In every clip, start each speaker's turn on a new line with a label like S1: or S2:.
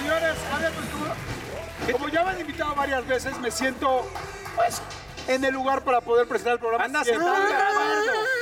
S1: Flavia, pues como, como ya me han invitado varias veces, me siento pues en el lugar para poder presentar el programa.
S2: Andas,
S1: Siempre.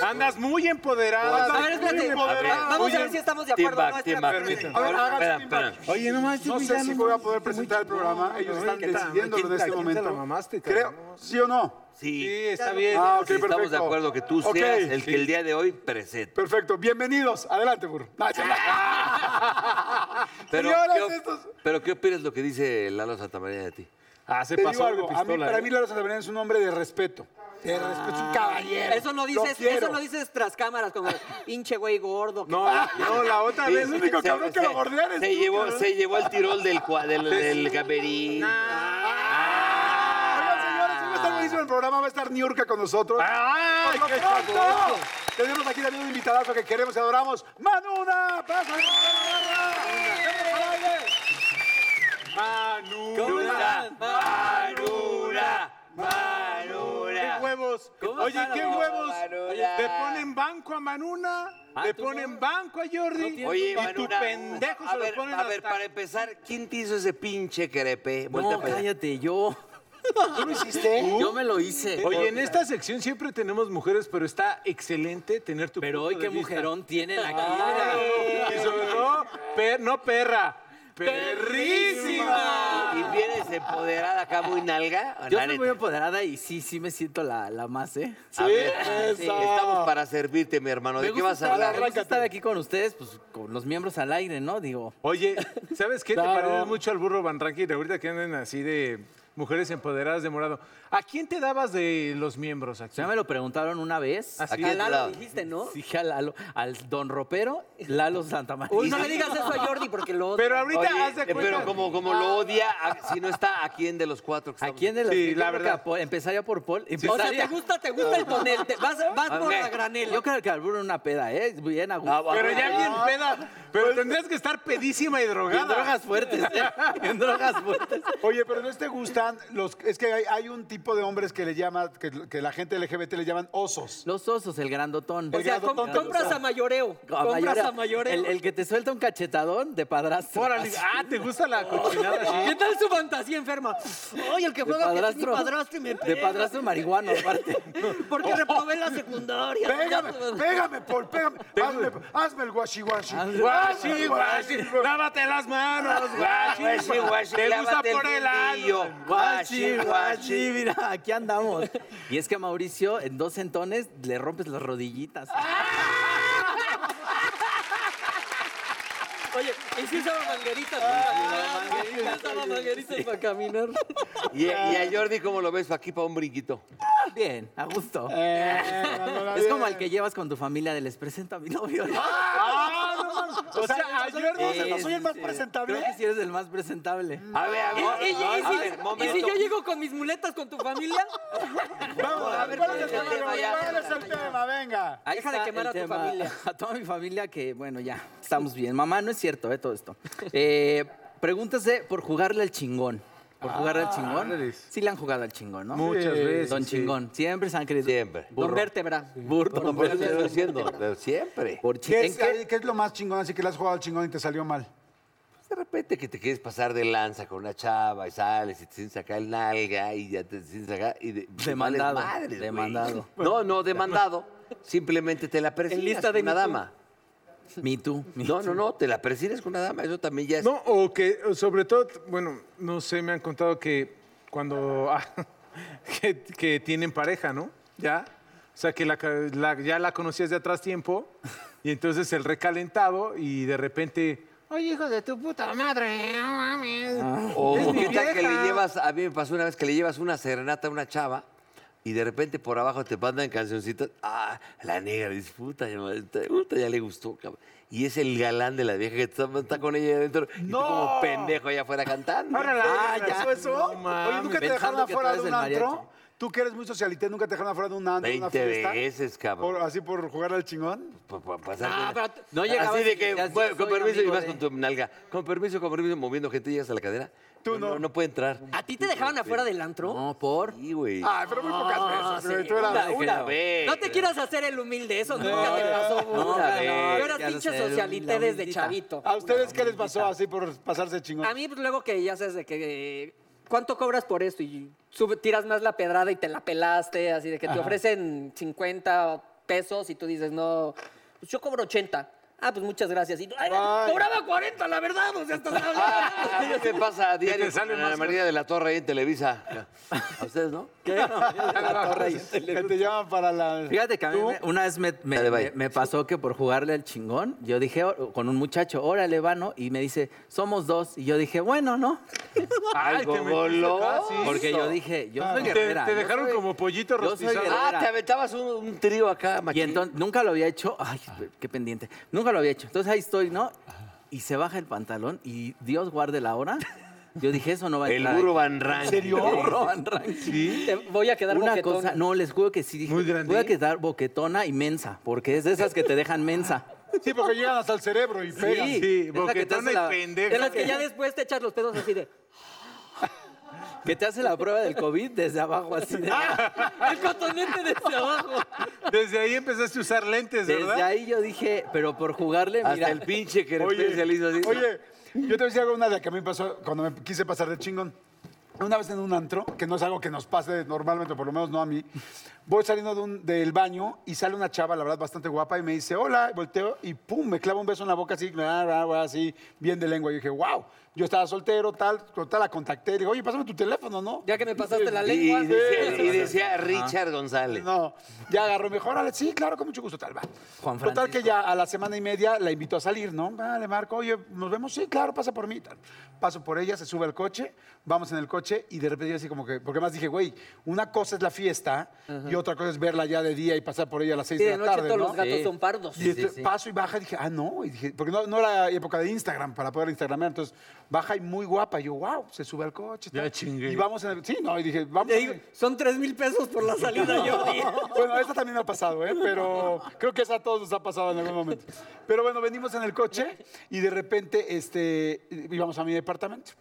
S2: andas muy empoderada.
S3: A ver, espérate.
S2: Muy empoderada.
S3: Vamos a ver si estamos de acuerdo.
S4: Timbac,
S3: No,
S4: Timbac.
S3: espérate, espérate.
S1: A ver,
S4: Espera,
S1: háganse un
S4: espera.
S5: Oye, nomás.
S1: No sé si voy a poder presentar el programa. Ellos están
S5: ¿qué tal?
S1: decidiéndolo de
S5: Quinta,
S1: este
S5: quinta
S1: momento.
S5: la mamaste,
S1: Creo,
S5: cabrón.
S1: ¿sí o no?
S4: Sí.
S2: Sí, está bien.
S1: Ah, ok,
S4: Sí,
S1: perfecto.
S4: Estamos de acuerdo que tú seas
S1: Ok,
S4: el
S1: sí.
S4: que el día de hoy presenta.
S1: Perfecto, bienvenidos. Adelante, burro. No, ya-
S4: Pero,
S1: Señoras,
S4: ¿qué, op-
S1: estos-
S4: pero ¿qué opinas lo que dice Lalo Santamaría de ti?
S2: Ah, se
S1: Te digo
S2: pasó de
S1: algo, a mí,
S2: pistola.
S1: para
S2: ¿eh?
S1: mí Lalo Santamarina es un hombre de respeto. De respeto, es un caballero.
S3: Ah, Eso no
S1: Lo
S3: dices,
S1: quiero.
S3: eso no dices tras cámaras, como hinche güey gordo.
S2: No, la- no, la otra
S4: Sí,
S2: vez.
S1: el único cabrón que lo bordea eres
S4: se
S1: tú,
S4: llevó,
S1: cabrón.
S4: se llevó el tirol del, cua- del, del camerín.
S1: Oigan, señores, hoy va a estar buenísimo el programa, va a estar Niurka con nosotros.
S2: ¡Ay,
S1: Por lo
S2: qué
S1: pronto,
S2: sabroso!
S1: Tenemos aquí también un invitadazo que queremos y adoramos, Manuna. Pasa, Manuna.
S2: Manu.
S4: Manura, Manura, Manura.
S2: ¡Qué huevos!
S4: ¿Cómo
S2: Oye,
S4: están,
S2: qué
S4: amigo?
S2: huevos.
S4: Manuna.
S2: Te ponen banco a Manuna,
S3: Ah,
S2: te
S3: tú
S2: ponen
S3: no.
S2: banco a Jordi.
S4: Oye,
S2: y tu
S4: Manura,
S2: pendejo
S4: a
S2: se
S4: ver,
S2: lo ponen
S4: A ver,
S2: hasta-
S4: para empezar, ¿quién te hizo ese pinche crepe? Vuelta
S6: No,
S4: para allá.
S6: cállate, yo. Uh.
S1: ¿Tú lo hiciste?
S6: Yo me lo hice.
S2: Oye, en esta sección siempre tenemos mujeres, pero está excelente tener tu
S6: Pero
S2: punto
S6: hoy
S2: de
S6: qué
S2: vista.
S6: mujerón tienen aquí. mira.
S2: Y sobre todo, per- no perra, perrísima.
S4: Y y vienes empoderada acá muy nalga.
S6: Yo
S4: la
S6: soy
S4: neta.
S6: muy empoderada y sí, sí me siento la, la más, ¿eh?
S4: A ver, estamos para servirte, mi hermano. ¿De
S6: Me
S4: qué
S6: gusta
S4: vas a
S6: estar-
S4: hablar?
S6: me gusta estar aquí con ustedes, pues con los miembros al aire, ¿no? Digo,
S2: Oye, ¿sabes qué? Te
S6: Claro.
S2: pareces mucho al burro Van Ranking, ahorita que andan así de mujeres empoderadas de morado. ¿A quién te dabas de los miembros aquí?
S6: ya me lo preguntaron una vez.
S4: Aquí
S3: A
S4: de tu lado.
S3: Lalo dijiste, Ah, ¿no?
S6: Dije a Lalo, al don ropero, Lalo Santamaría.
S3: Y no le digas eso a Jordi porque lo...
S2: Pero ahorita
S4: Oye,
S2: haz de
S4: eh,
S2: cuenta.
S4: pero como, como lo odia, a- si no está, ¿a quién de los cuatro que
S6: ¿A
S4: estamos?
S6: quién de los
S2: Sí,
S6: yo
S2: la
S6: creo que
S2: verdad.
S6: a Paul- empezaría por Paul.
S3: O sea,
S6: empezaría-
S3: te gusta, te gusta el tonel, te- vas, vas por
S4: Ok.
S3: la granela.
S6: Yo creo que al burro una peda, ¿eh? Bien a
S4: Ah,
S6: gusto.
S4: va-
S2: Pero ya bien peda. Pero tendrías que estar pedísima y drogada.
S6: En drogas fuertes, ¿eh? En drogas fuertes.
S1: Oye, pero no te gustan los. Es que hay, hay un tipo de hombres que le llama, que, que la gente LGBT le llaman osos.
S6: Los osos, el grandotón.
S3: O sea,
S1: Delgado,
S3: com-
S1: tonto,
S3: compras a mayoreo.
S6: A
S3: Compras
S6: mayoreo.
S3: a mayoreo.
S6: El, el que te suelta un cachetadón de padrastro.
S2: Órale, ah, ¿te gusta la cochinada así?
S3: ¿Qué tal su fantasía enferma? Ay, el que
S6: De
S3: juega que es mi
S6: padrastro.
S3: padrastro y me pega.
S6: De padrastro marihuano, aparte.
S3: Porque reprobé la secundaria.
S1: Pégame, pégame, Paul, pégame. Hazme, hazme el guashi guashi.
S2: Guachi, guachi, lávate las manos, guachi.
S4: Guachi, guachi,
S2: Te gusta
S4: lávate el
S2: por el
S4: fundillo.
S2: ano.
S4: Guachi, guachi.
S6: mira, aquí andamos. Y es que a Mauricio, en dos centones, le rompes las rodillitas.
S3: Oye, y sí usaba mangueritas.
S6: Ah,
S3: ¿no? Sí usaba mangueritas para caminar.
S4: Y, y a Jordi, ¿cómo lo ves? Aquí para un brinquito.
S6: Bien, a gusto.
S1: Eh,
S6: Es como el que llevas con tu familia de les presento a mi novio.
S1: Ah, no mames.
S2: O sea,
S1: yo soy-
S2: ayer no
S1: o sea, no soy el más
S6: Sí, sí, sí.
S1: presentable.
S6: Creo que sí eres el más presentable.
S4: A ver, a ver,
S3: Y- y- y-
S4: a
S3: y-
S4: ver,
S3: y
S4: momento.
S3: si yo llego con mis muletas con tu familia,
S1: Vamos, a ver, ¿cuál es el
S4: ya,
S1: tema?
S4: ya, ya,
S1: ¿Cuál es el tema? Venga.
S6: Ahí
S3: Ah, Deja de
S6: está
S3: quemar
S6: el
S3: a tu familia.
S6: A toda mi familia que, bueno, ya, estamos bien. Mamá, no es cierto, ¿eh? Todo esto. Eh, pregúntase por jugarle al chingón. ¿Por jugarle al chingón?
S2: órales.
S6: Sí le han jugado al chingón, ¿no?
S2: Muchas veces,
S6: Don
S2: sí.
S6: chingón. Siempre se han querido.
S4: Siempre.
S6: Burro.
S3: don vértebra.
S6: Burro.
S4: No, pero te lo estoy diciendo, pero siempre.
S6: Por chi-
S1: ¿Qué
S6: ¿En
S1: es,
S6: qué?
S1: qué es lo más chingón? Así que le has jugado al chingón y te salió mal.
S4: De repente que te quieres pasar de lanza con una chava y sales y te sientes acá el nalga y ya te sientes acá y de,
S6: Demandado,
S4: vales madres, güey.
S6: demandado.
S4: No, no, demandado. Simplemente te la persinas
S3: lista de
S4: con una
S3: Me Too.
S4: dama.
S6: Me too. me
S4: No, no,
S6: too.
S4: no, te la persinas con una dama, eso también ya es.
S2: No, o que o sobre todo, bueno, no sé, me han contado que cuando ah, que, que tienen pareja, ¿no? Ya. O sea, que la, ca- la- ya la conocías de atrás tiempo y entonces el recalentado y de repente, oye, hijo de tu puta madre, no mames.
S4: O
S2: Es mi
S4: ¿qué tal que
S2: vieja.
S4: le llevas, a mí me pasó una vez que le llevas una serenata a una chava y de repente por abajo te mandan cancioncitas, ah, la negra disputa, ya, me- te- puta, ya le gustó, cabrón. Y es el galán de la vieja que está, está con ella adentro y tú como pendejo allá afuera cantando.
S2: Ahora la-
S1: Ah, ya.
S2: No
S1: Oye, ¿nunca te dejaron
S6: mames. Pensando que
S1: afuera
S6: tú
S1: de
S6: eres
S1: un
S6: el mariachi.
S1: antro? Tú que eres muy socialité, nunca te dejaron afuera de un antro, de una
S4: 20
S1: fiesta.
S4: veces, cabrón.
S1: Por- así por jugar al chingón.
S4: Pa- pa- pasar
S3: Ah,
S4: de-
S3: pero t- no llegabas
S4: Así de
S3: y
S4: que,
S3: decías,
S4: bueno,
S3: yo
S4: con
S3: soy
S4: permiso, y
S3: amigo
S4: vas
S3: de-
S4: con tu nalga. Con permiso, con permiso, moviendo gente, llegas a la cadera.
S1: Tú no.
S4: No, no puede entrar.
S3: ¿A ti te dejaban afuera del antro?
S6: No, por.
S4: Sí, güey.
S1: Ay, pero muy pocas
S3: Ah,
S1: veces. pero
S3: sí,
S1: tú eras-
S3: una, una.
S4: Una vez.
S3: Ah, No te quieras hacer el humilde, eso nunca te pasó.
S4: una
S3: burra.
S4: vez.
S3: Yo era
S6: Ya no
S3: pinche
S6: sé, Ah, el
S3: socialité
S6: humildita.
S3: desde chavito.
S1: ¿A ustedes qué les pasó así por pasarse chingón?
S3: A mí, pues, luego que ya sabes de que. eh, ¿Cuánto cobras por esto? Y sube- tiras más la pedrada y te la pelaste, así de que te ofrecen 50 pesos y tú dices, no, pues yo cobro 80. Ah, pues muchas gracias. Y tú, "Ay,
S1: Ay.
S3: cobraba 40, la verdad, o sea, estás hablando.
S4: ¿Qué te pasa a diario
S2: te sale
S4: con Ana
S2: más-
S4: María de la Torre ahí en Televisa? ¿A ustedes no?
S1: Que te llaman para la.
S6: Fíjate que a mí
S1: ¿Tú?
S6: me- una vez me, me-
S4: Dale, bye.
S6: me- me pasó que por jugarle al chingón, yo dije o- con un muchacho, órale, va, ¿no? Y me dice, somos dos. Y yo dije, bueno, ¿no?
S2: Ay, te metiste acá, sí.
S6: Porque yo dije, yo soy
S2: Te-
S6: Ah, guerrera.
S2: te
S6: yo
S2: dejaron
S6: soy-
S2: como pollito
S6: yo soy
S2: rostizado.
S6: guerrera.
S4: Ah, te aventabas un, un trío acá,
S6: Y
S4: machín.
S6: entonces nunca lo había hecho. Ay, qué pendiente. Nunca lo había hecho. Entonces ahí estoy, ¿no? Y se baja el pantalón y Dios guarde la hora. Yo dije, eso no va a
S4: El
S6: entrar.
S4: burro Van Rank. ¿En
S6: El burro Van Ranking.
S3: Te voy a quedar
S6: Una
S3: boquetón.
S6: cosa, no, les juro que sí dije,
S2: Muy grande.
S6: voy a quedar boquetona y mensa, porque es de esas que te dejan mensa.
S1: Sí, porque llegan hasta el cerebro y pegan.
S2: Sí,
S6: Sí, es la que te
S2: boquetona
S6: hace
S2: y
S6: la-
S3: De
S2: pendeja.
S3: las que ya después te echas los pedos así de.
S6: Que te hace la prueba del COVID desde abajo, así de...
S3: El cotonete desde abajo.
S2: Desde ahí empezaste a usar lentes,
S6: Desde
S2: ¿verdad?
S6: ahí yo dije, pero por jugarle,
S4: Hasta
S6: mira,
S4: el pinche que se le hizo así.
S1: Oye, yo te voy a decir algo, una de las que a mí me pasó cuando me quise pasar de chingón. Una vez en un antro, que no es algo que nos pase normalmente, por lo menos no a mí, voy saliendo de un- del baño y sale una chava, la verdad, bastante guapa, y me dice, hola, volteo, y pum, me clava un beso en la boca así, bla, bla, bla, así, bien de lengua. Y dije, wow, yo estaba soltero, tal, tal, la contacté, le digo, oye, pásame tu teléfono, ¿no?
S3: Ya que me pasaste la
S4: Y,
S3: lengua.
S4: y decía, y decía Richard González.
S1: No, ya agarró mejor. Órale, sí, claro, con mucho gusto, tal, va.
S6: Juan
S1: Total que
S6: Francisco.
S1: ya a la semana y media la invitó a salir, ¿no? Vale, Marco, oye, nos vemos, sí, claro, pasa por mí. tal. Paso por ella, se sube al coche, vamos en el coche y de repente yo así como que, porque más dije, güey, una cosa es la fiesta y otra cosa es verla ya de día y pasar por ella a las seis
S3: Y
S1: de,
S3: de
S1: la
S3: noche
S1: tarde,
S3: todos
S1: ¿no?
S3: los gatos
S6: Sí.
S3: son pardos.
S1: Y este, paso y baja y dije, ah, no, y dije, porque no, no era época de Instagram para poder Instagramear, entonces baja y muy guapa, y yo, wow, se sube al coche.
S2: Ya
S1: tal.
S2: chingué.
S1: Y vamos en el, sí, no, y dije, vamos.
S3: Te digo, son tres mil pesos por la salida, Jordi.
S1: Bueno, esta también me ha pasado, ¿eh? Pero creo que esa a todos nos ha pasado en algún momento. Pero bueno, venimos en el coche y de repente este, íbamos a mi departamento.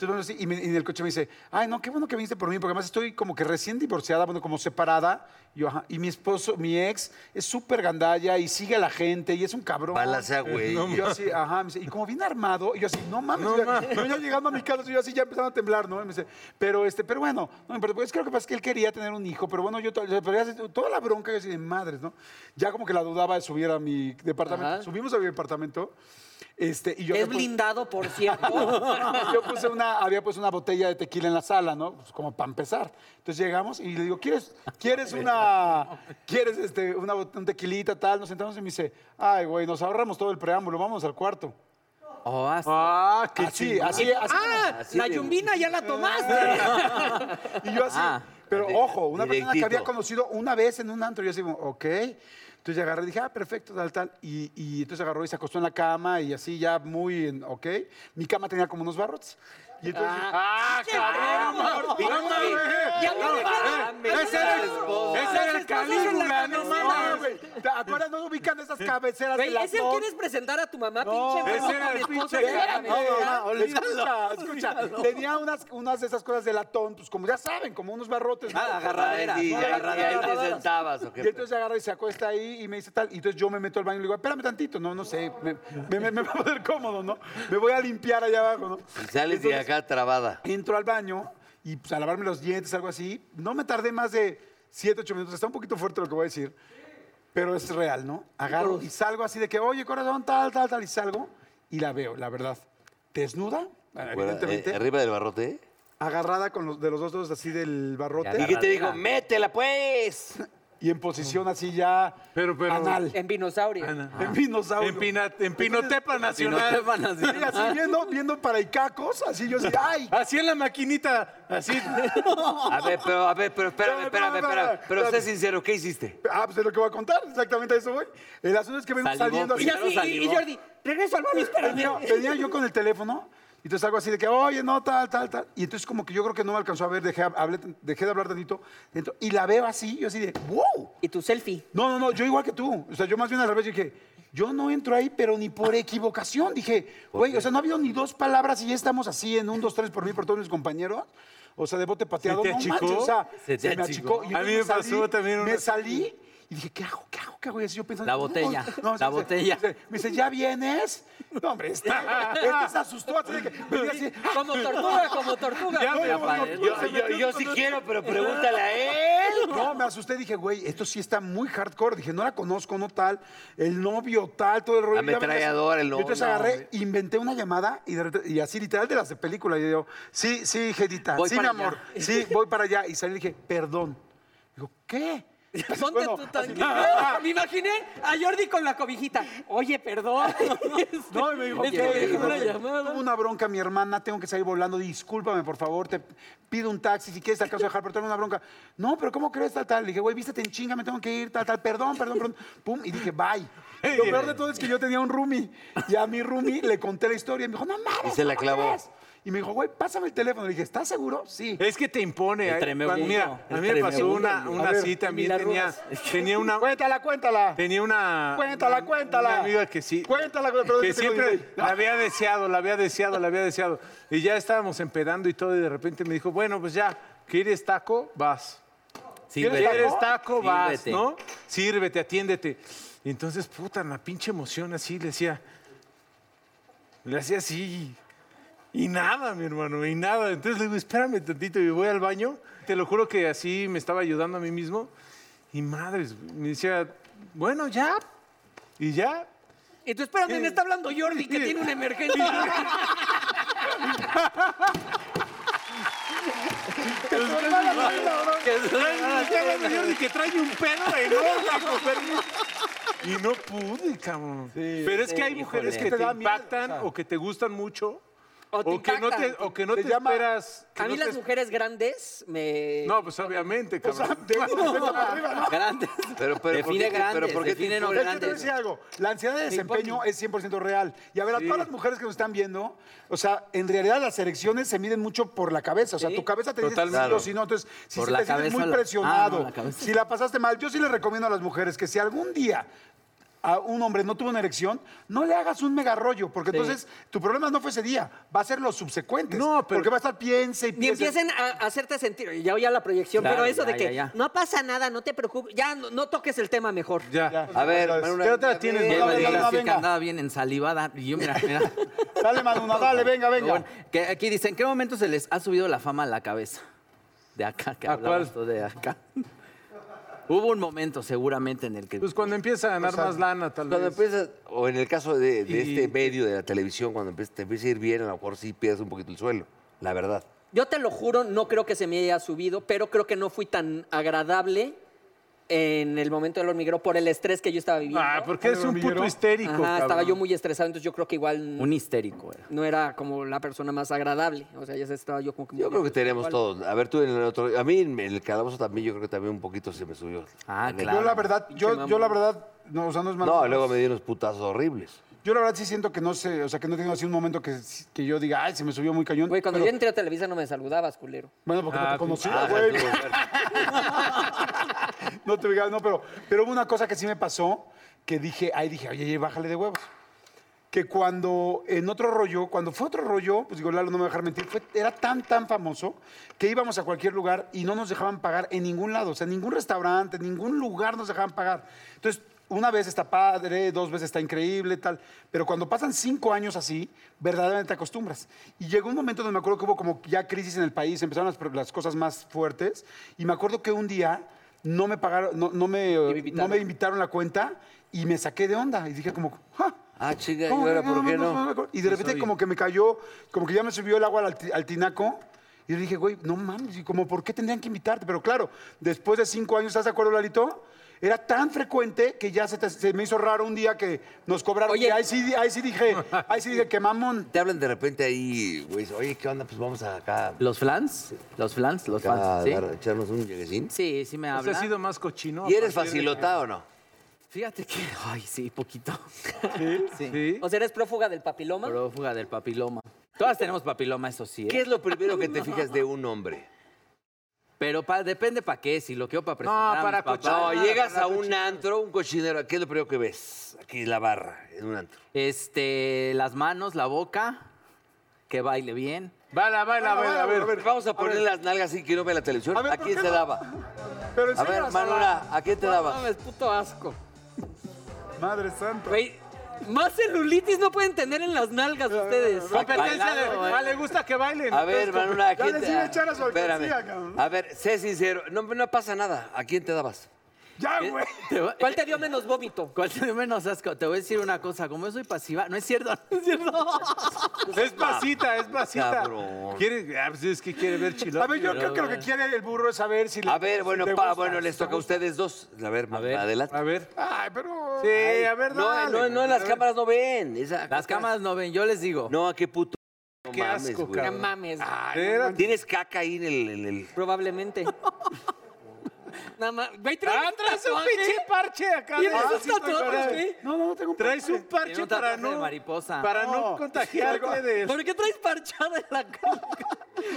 S1: Entonces, bueno, sí, y, me- y en el coche me dice, ay, no, qué bueno que viniste por mí, porque además estoy como que recién divorciada, bueno, como separada. Y, yo, ajá. y mi esposo, mi ex, es súper gandalla y sigue a la gente y es un cabrón.
S4: Balacea, güey.
S1: Y yo así, ajá, me dice, y como bien armado, y yo así, no mames, yo, yo ya llegando a mi casa, yo así ya empezando a temblar, ¿no? Y me dice, pero este, pero bueno, no me importa, pues creo que pasa es que él quería tener un hijo, pero bueno, yo to- pero ya se- toda la bronca, yo así de madres, ¿no? Ya como que la dudaba de subir a mi departamento.
S3: Ajá.
S1: Subimos a mi departamento, este, y yo. Ah,
S3: Es
S1: había pu-
S3: blindado, por cierto.
S1: yo puse una, había puesto una botella de tequila en la sala, ¿no? Pues como para empezar. Entonces llegamos y le digo, ¿quieres, quieres una, quieres este, una, bot- un tequilita, tal? Nos sentamos y me dice, ay, güey, nos ahorramos todo el preámbulo, vamos al cuarto.
S6: oh, hasta-
S2: Ah, qué
S1: Así,
S2: chingón.
S1: así, así.
S3: ¡Ah!
S4: Así
S3: La
S4: de-
S3: yumbina ya la tomaste.
S1: Y yo así.
S6: Ah,
S1: pero ojo, una persona que
S4: directito.
S1: había conocido una vez en un antro, yo así, como, ok. Entonces ya agarré y dije, ah, perfecto, tal, tal. Y, y entonces agarró y se acostó en la cama y así ya muy, en, ok. Mi cama tenía como unos barrotes. Y entonces...
S2: ¡Ah, cabrón! ¡No mames!
S3: Ya
S1: eh,
S3: no mames.
S2: Ese era el, ese era el Calígula,
S1: No,
S2: no mames.
S1: güey. ¿Te acuerdas? No ubican esas cabeceras de
S3: Güey,
S1: las
S3: ¿es el
S1: dos?
S3: quieres presentar a tu mamá,
S1: No,
S3: pinche
S2: ese era el pinche
S1: Espérame,
S2: No,
S1: espérame.
S2: no,
S1: escucha, escucha. Tenía unas, unas de esas cosas de latón, pues como ya saben, como unos barrotes. ¿no?
S6: Ah, agarradera.
S4: Y, ahí- y ahí te
S6: agarradera.
S4: sentabas. ¿o qué?
S1: Y entonces agarra y se acuesta ahí y me dice tal. Y entonces yo me meto al baño y le digo, espérame tantito, no, no sé, me, me- me- me va a poner cómodo, ¿no? Me voy a limpiar allá abajo, ¿no?
S4: Y sales de acá trabada.
S1: Entro al baño y pues, a lavarme los dientes, algo así. No me tardé más de 7, 8 minutos. Está un poquito fuerte lo que voy a decir, pero es real, ¿no? Agarro y salgo así de que, oye, corazón, tal, tal, tal. Y salgo y la veo, la verdad. Desnuda,
S4: Bueno, eh,
S1: evidentemente,
S4: arriba del barrote.
S1: agarrada con los, de los dos dedos así del
S2: Ah,
S4: ¿Y
S1: barrote
S4: qué te dijo? ¡Métela, pues!
S1: y en posición así ya
S2: Pero, pero- eh,
S1: anal.
S3: En Vinosaurio.
S1: En dinosaurio.
S2: En, Pina- en Pinotepa
S6: Y no te
S2: Nacional.
S6: van a decir
S1: Sí, así viendo, viendo para Icacos, así yo así, ¡ay!
S2: Así en la maquinita, así.
S4: A ver, pero, a ver, pero espérame, espérame, espérame. Pero sé sincero, ¿qué hiciste?
S1: Ah, pues es lo que voy a contar, exactamente a eso voy. El asunto es que venimos
S6: Salivó
S1: saliendo así.
S3: Y así, y, y Jordi, regreso al baño, espérame.
S1: Venía, venía yo con el teléfono y Entonces algo así de que, oye, no, tal, tal, tal. Y entonces como que yo creo que no me alcanzó a ver, dejé, hablé- dejé de hablar tantito. dentro, y la veo así, yo así de, wow.
S3: Y tu selfie.
S1: No, no, no, yo igual que tú. O sea, yo más bien al revés dije, yo no entro ahí, pero ni por
S2: Ah.
S1: equivocación. Dije, güey, o sea, no ha habido ni dos palabras y ya estamos así en un, dos, tres por mí, por todos mis compañeros. O sea, de bote pateado.
S2: ¿Se te
S1: no
S2: achicó?
S1: manches, o sea,
S4: ¿Se
S1: se,
S4: te
S1: me achicó.
S4: achicó?
S1: Y
S2: A mí me pasó también
S1: Me
S2: una-
S1: salí y dije, ¿qué hago? ¿Qué hago? ¿Qué hago? Y así yo pensando.
S6: La
S1: no,
S6: botella,
S1: no,
S6: la botella.
S1: Me dice, me dice, ¿ya vienes? No, hombre, este, este se asustó. Así de que venía así.
S3: Como tortuga, como tortuga.
S1: no, no, no,
S6: Rafael.
S1: no,
S4: Yo, yo- yo sí quiero, pero pregúntale a él.
S1: No, me asusté, dije, güey, esto sí está muy hardcore. Dije, no la conozco, no tal. El novio, tal, todo el rollo.
S4: Ametralladora, el
S1: Yo Entonces
S4: novio,
S1: agarré, inventé una llamada y, de repente- y así literal de las de película. Y yo, sí, sí, Gedita,
S6: Voy
S1: sí, mi
S6: para
S1: amor,
S6: allá.
S1: sí, voy para allá. Y salí y dije, perdón. Digo, ¿qué?
S3: Ponte
S1: Bueno,
S3: tu
S1: así-
S3: tanquito. Me imaginé a Jordi con la cobijita. Oye, perdón.
S1: No, y me dijo,
S3: Es que
S1: "Ok".
S3: me dejó una
S1: Tuve
S3: llamada.
S1: una bronca mi hermana, tengo que salir volando, discúlpame, por favor, te pido un taxi, si quieres te alcanzo a dejar, pero tengo una bronca. No, pero ¿cómo crees tal, tal? Le dije, güey, vístete en chinga, me tengo que ir, tal, tal, perdón, perdón, perdón. Pum, y dije, bye. Lo peor de todo es que yo tenía un roomie, y a mi roomie le conté la historia, y me dijo, no mames.
S4: Y se la
S1: ¿cómo
S4: clavó.
S1: crees?". Y me dijo, güey, pásame el teléfono. Le dije, ¿estás seguro? Sí.
S2: Es que te impone.
S6: El
S2: ay,
S6: tremendo.
S2: cuando- Mira, a
S6: El
S2: mí me pasó
S6: tremendo.
S2: una, una
S1: A ver,
S2: así también. Tenía,
S6: Milanuevas.
S2: tenía una...
S1: Cuéntala, cuéntala.
S2: Tenía una...
S1: Cuéntala,
S2: una-
S1: cuéntala.
S2: Una amiga que sí.
S1: Cuéntala, pero
S2: que
S1: yo te tengo
S2: siempre
S1: idea.
S2: la había deseado, la había deseado, la había deseado. Y ya estábamos empedando y todo, y de repente me dijo, bueno, pues ya, ¿quieres taco? Vas.
S6: Sírvete.
S2: ¿Quieres taco? Vas,
S6: Sírvete.
S2: ¿no? Sírvete, atiéndete. Y entonces, puta, en la pinche emoción así le decía, le hacía así. Y nada, mi hermano, y nada. Entonces le digo, espérame tantito y voy al baño. Te lo juro que así me estaba ayudando a mí mismo. Y madres, me decía, bueno, ya. Y ya.
S3: Y tú, espérame, me está hablando Jordi, que tiene una emergencia.
S2: Trae- trae- Jordi, que trae un pedo enorme, con permiso. Y no pude, cabrón. Pero es que hay mujeres
S6: híjole.
S2: que te
S1: da miedo,
S2: impactan
S1: o sea.
S2: o que te gustan mucho.
S3: O te
S2: que no te,
S3: impactan.
S2: o que no
S1: Te
S2: te,
S1: llama-
S2: esperas. que
S3: A mí
S2: no
S3: las
S2: te-
S3: mujeres grandes me...
S2: No, pues obviamente,
S1: O sea,
S2: cabrón.
S1: de uno respeto para arriba, ¿no?
S6: Grandes.
S4: Pero- pero ¿por
S6: define
S4: qué te-
S6: grandes.
S4: pero por qué te
S6: define
S1: Es
S6: no
S1: que te voy a
S6: grandes.
S1: decir algo. La ansiedad de desempeño es 100% real. Y a ver, a todas las mujeres que nos están viendo, o sea, en realidad las elecciones se miden mucho por la cabeza. O sea, tu cabeza te dice si sí
S4: Totalmente.
S1: o si no. Entonces, si
S6: Por
S1: se
S6: la
S1: te sientes
S6: cabeza
S1: muy
S6: la-
S1: presionado,
S6: Ah, no, la cabeza.
S1: si la pasaste mal, yo sí les recomiendo a las mujeres que si algún día a un hombre no tuvo una erección, no le hagas un mega rollo, porque entonces tu problema no fue ese día, va a ser los subsecuentes.
S2: No, pero-
S1: Porque va a estar piense y
S3: Ni
S1: piense.
S3: empiecen a a hacerte sentir, ya oía la proyección,
S6: Claro,
S3: pero eso
S6: ya,
S3: de que
S6: ya, ya.
S3: no pasa nada, no te preocupes, ya no, no toques el tema mejor.
S2: Ya.
S4: A ver,
S1: ¿Qué
S4: Manu,
S2: otra
S4: una-
S2: tienes,
S4: una-
S6: Él
S1: Venga,
S6: me
S1: venga,
S6: dijo
S1: venga,
S6: así que
S1: venga.
S6: andaba bien ensalivada. Y yo, mira, mira.
S1: Dale, Maduna, dale, venga, venga.
S6: Bueno, que aquí dice, ¿en qué momento se les ha subido la fama a la cabeza? De acá, que
S2: ¿A
S6: hablabas
S2: cuál?
S6: tú de acá. Hubo un momento seguramente en el que...
S2: Pues cuando empieza a ganar más lana, tal
S4: Cuando
S2: vez.
S4: empiezas, o en el caso de, de
S2: Y-
S4: este medio de la televisión, cuando empieza- te empieza a ir bien, a lo mejor sí pierdes un poquito el suelo, la verdad.
S3: Yo te lo juro, no creo que se me haya subido, pero creo que no fui tan agradable en el momento del hormiguero por el estrés que yo estaba viviendo.
S2: Ah, porque es un puto
S3: Ajá,
S2: histérico.
S3: estaba
S2: cabrón.
S3: yo muy estresado, entonces yo creo que igual
S6: Un histérico era.
S3: no era como la persona más agradable. O sea, ya se estaba yo como que... muy-
S4: Yo creo que tenemos todos. A ver, tú en el otro. A mí en el calabozo también, yo creo que también un poquito se me subió.
S6: Ah,
S4: En el-
S6: claro.
S1: Yo la verdad, yo, yo la verdad, no, o sea, no es malo.
S4: No, luego me dieron unos putazos horribles.
S1: Yo la verdad sí siento que no sé, o sea, que no tengo así un momento que, que yo diga, ay, se me subió muy cañón.
S3: Güey, cuando
S1: pero-
S3: yo entré a Televisa no me saludabas, culero.
S1: Bueno, porque no
S2: Ah,
S1: te conocía,
S4: Ah,
S1: güey.
S4: tú,
S1: No te ubicaba, no, pero, pero hubo una cosa que sí me pasó que dije, ahí dije, oye, oye, bájale de huevos. Que cuando en otro rollo, cuando fue otro rollo, pues digo, Lalo no me va a dejar mentir, fue- era tan, tan famoso que íbamos a cualquier lugar y no nos dejaban pagar en ningún lado, o sea, en ningún restaurante, en ningún lugar nos dejaban pagar. Entonces, una vez está padre, dos veces está increíble, tal, pero cuando pasan cinco años así, verdaderamente te acostumbras. Y llegó un momento donde me acuerdo que hubo como ya crisis en el país, empezaron las, las cosas más fuertes, y me acuerdo que un día no me pagaron, no, no me,
S3: me
S1: eh, no
S3: invitaron.
S1: me invitaron la cuenta y me saqué de onda y dije como, "Ja,
S4: Ah, chinga, ¿y
S1: ¿cómo
S4: ahora
S1: que
S4: por qué
S1: me- me
S4: no?
S1: acuerdo?". Y de repente como que me cayó, como que ya me subió el agua al, ti- al tinaco. Y le dije, güey, no mames, y como, ¿por qué tendrían que invitarte? Pero claro, después de cinco años, ¿estás de acuerdo, Lalito? Era tan frecuente que ya se, te- se me hizo raro un día que nos cobraron.
S3: Oye.
S1: y ahí sí, ahí sí dije, ahí sí dije, que mamón.
S4: Te hablan de repente ahí, güey, oye, ¿qué onda? Pues vamos acá,
S6: ¿Los flans? ¿Los flans? ¿Los
S4: acá a
S6: flans? ¿sí?
S4: dar- echarnos un lleguecín.
S6: sí, sí me
S2: O sea,
S6: habla.
S2: ha sido más cochino.
S4: ¿Y eres
S2: a partir de-
S4: facilotá o no?
S6: Fíjate que... Ay, sí, poquito.
S2: Sí.
S6: Sí.
S2: sí.
S3: O sea, eres prófuga del papiloma.
S6: Prófuga del papiloma. Todas tenemos papiloma, eso sí. ¿eh?
S4: ¿Qué es lo primero que te fijas de un hombre?
S6: Pero pa- depende para qué, si lo quiero para presentar. a
S2: para
S6: mis papás.
S4: No, llegas a un antro, un cochinero, ¿qué es lo primero que ves? Aquí la barra, en un antro.
S6: Este, las manos, la boca, que baile bien.
S2: Baila, baila, baila, a ver.
S4: Vamos a poner las nalgas sin que no vea la televisión.
S1: A ver,
S4: ¿A
S1: ¿por
S4: quién
S1: qué
S4: te
S1: no?
S4: daba?
S1: Pero
S4: A ver,
S1: enséñalas la-
S4: Manula, ¿a quién te
S3: No
S4: daba?
S3: mames, puto asco.
S1: Madre santa.
S3: Güey, más celulitis no pueden tener en las nalgas ustedes.
S2: Competencia de.
S6: Bailando, eh.
S2: Ah, le gusta que bailen.
S4: A ver,
S2: Entonces,
S4: Manula, ¿a
S1: Ya
S4: quién
S1: les
S4: te
S1: iba a echar a su alcancía,
S4: Espérame.
S1: cabrón.
S4: A ver, sé sincero. No, no pasa nada. ¿A quién te dabas?
S1: Ya, güey.
S6: Te va-
S3: ¿Cuál te dio menos vómito?
S6: ¿Cuál te dio menos asco? Te voy a decir una cosa, como yo soy pasiva, no es cierto, no es cierto.
S3: Pues
S2: Es pasita, es pasita.
S4: Cabrón.
S2: Quiere, ah, pues es que quiere ver chilote.
S1: A ver, yo creo que lo que quiere el burro es saber si... le-
S4: A ver, bueno,
S1: si te
S4: pa,
S1: gusta,
S4: bueno,
S1: si
S4: les
S1: te
S4: toca a
S1: gusta.
S4: ustedes dos. A ver,
S6: A ver.
S4: adelante.
S2: A ver.
S1: Ay, pero...
S2: Sí, a ver,
S4: No,
S2: dale.
S4: no, no,
S2: güey.
S4: las
S2: A ver.
S4: cámaras no ven. Esa-
S6: Las cámaras no ven, yo les digo.
S4: No, ¿a qué puto? No
S2: Qué
S4: mames,
S2: asco,
S4: güey.
S3: No
S2: cabrón.
S3: mames,
S2: Espérate.
S4: Tienes caca ahí en el... en el-
S3: probablemente. Nada más. Güey, traes
S2: Ah,
S3: un
S2: traes un
S3: tatuaje.
S2: pinche parche acá.
S3: Tienes
S2: Ah,
S3: un
S2: sí, estoy
S3: tatuaje,
S2: parado.
S3: güey.
S1: No, no, no tengo...
S2: Traes un
S6: Tiene
S2: parche
S6: un
S2: para
S6: tatuaje
S2: no...
S6: de mariposa.
S2: Para no,
S1: No.
S2: contagiarte de...
S3: ¿Por qué traes parchado en la cola?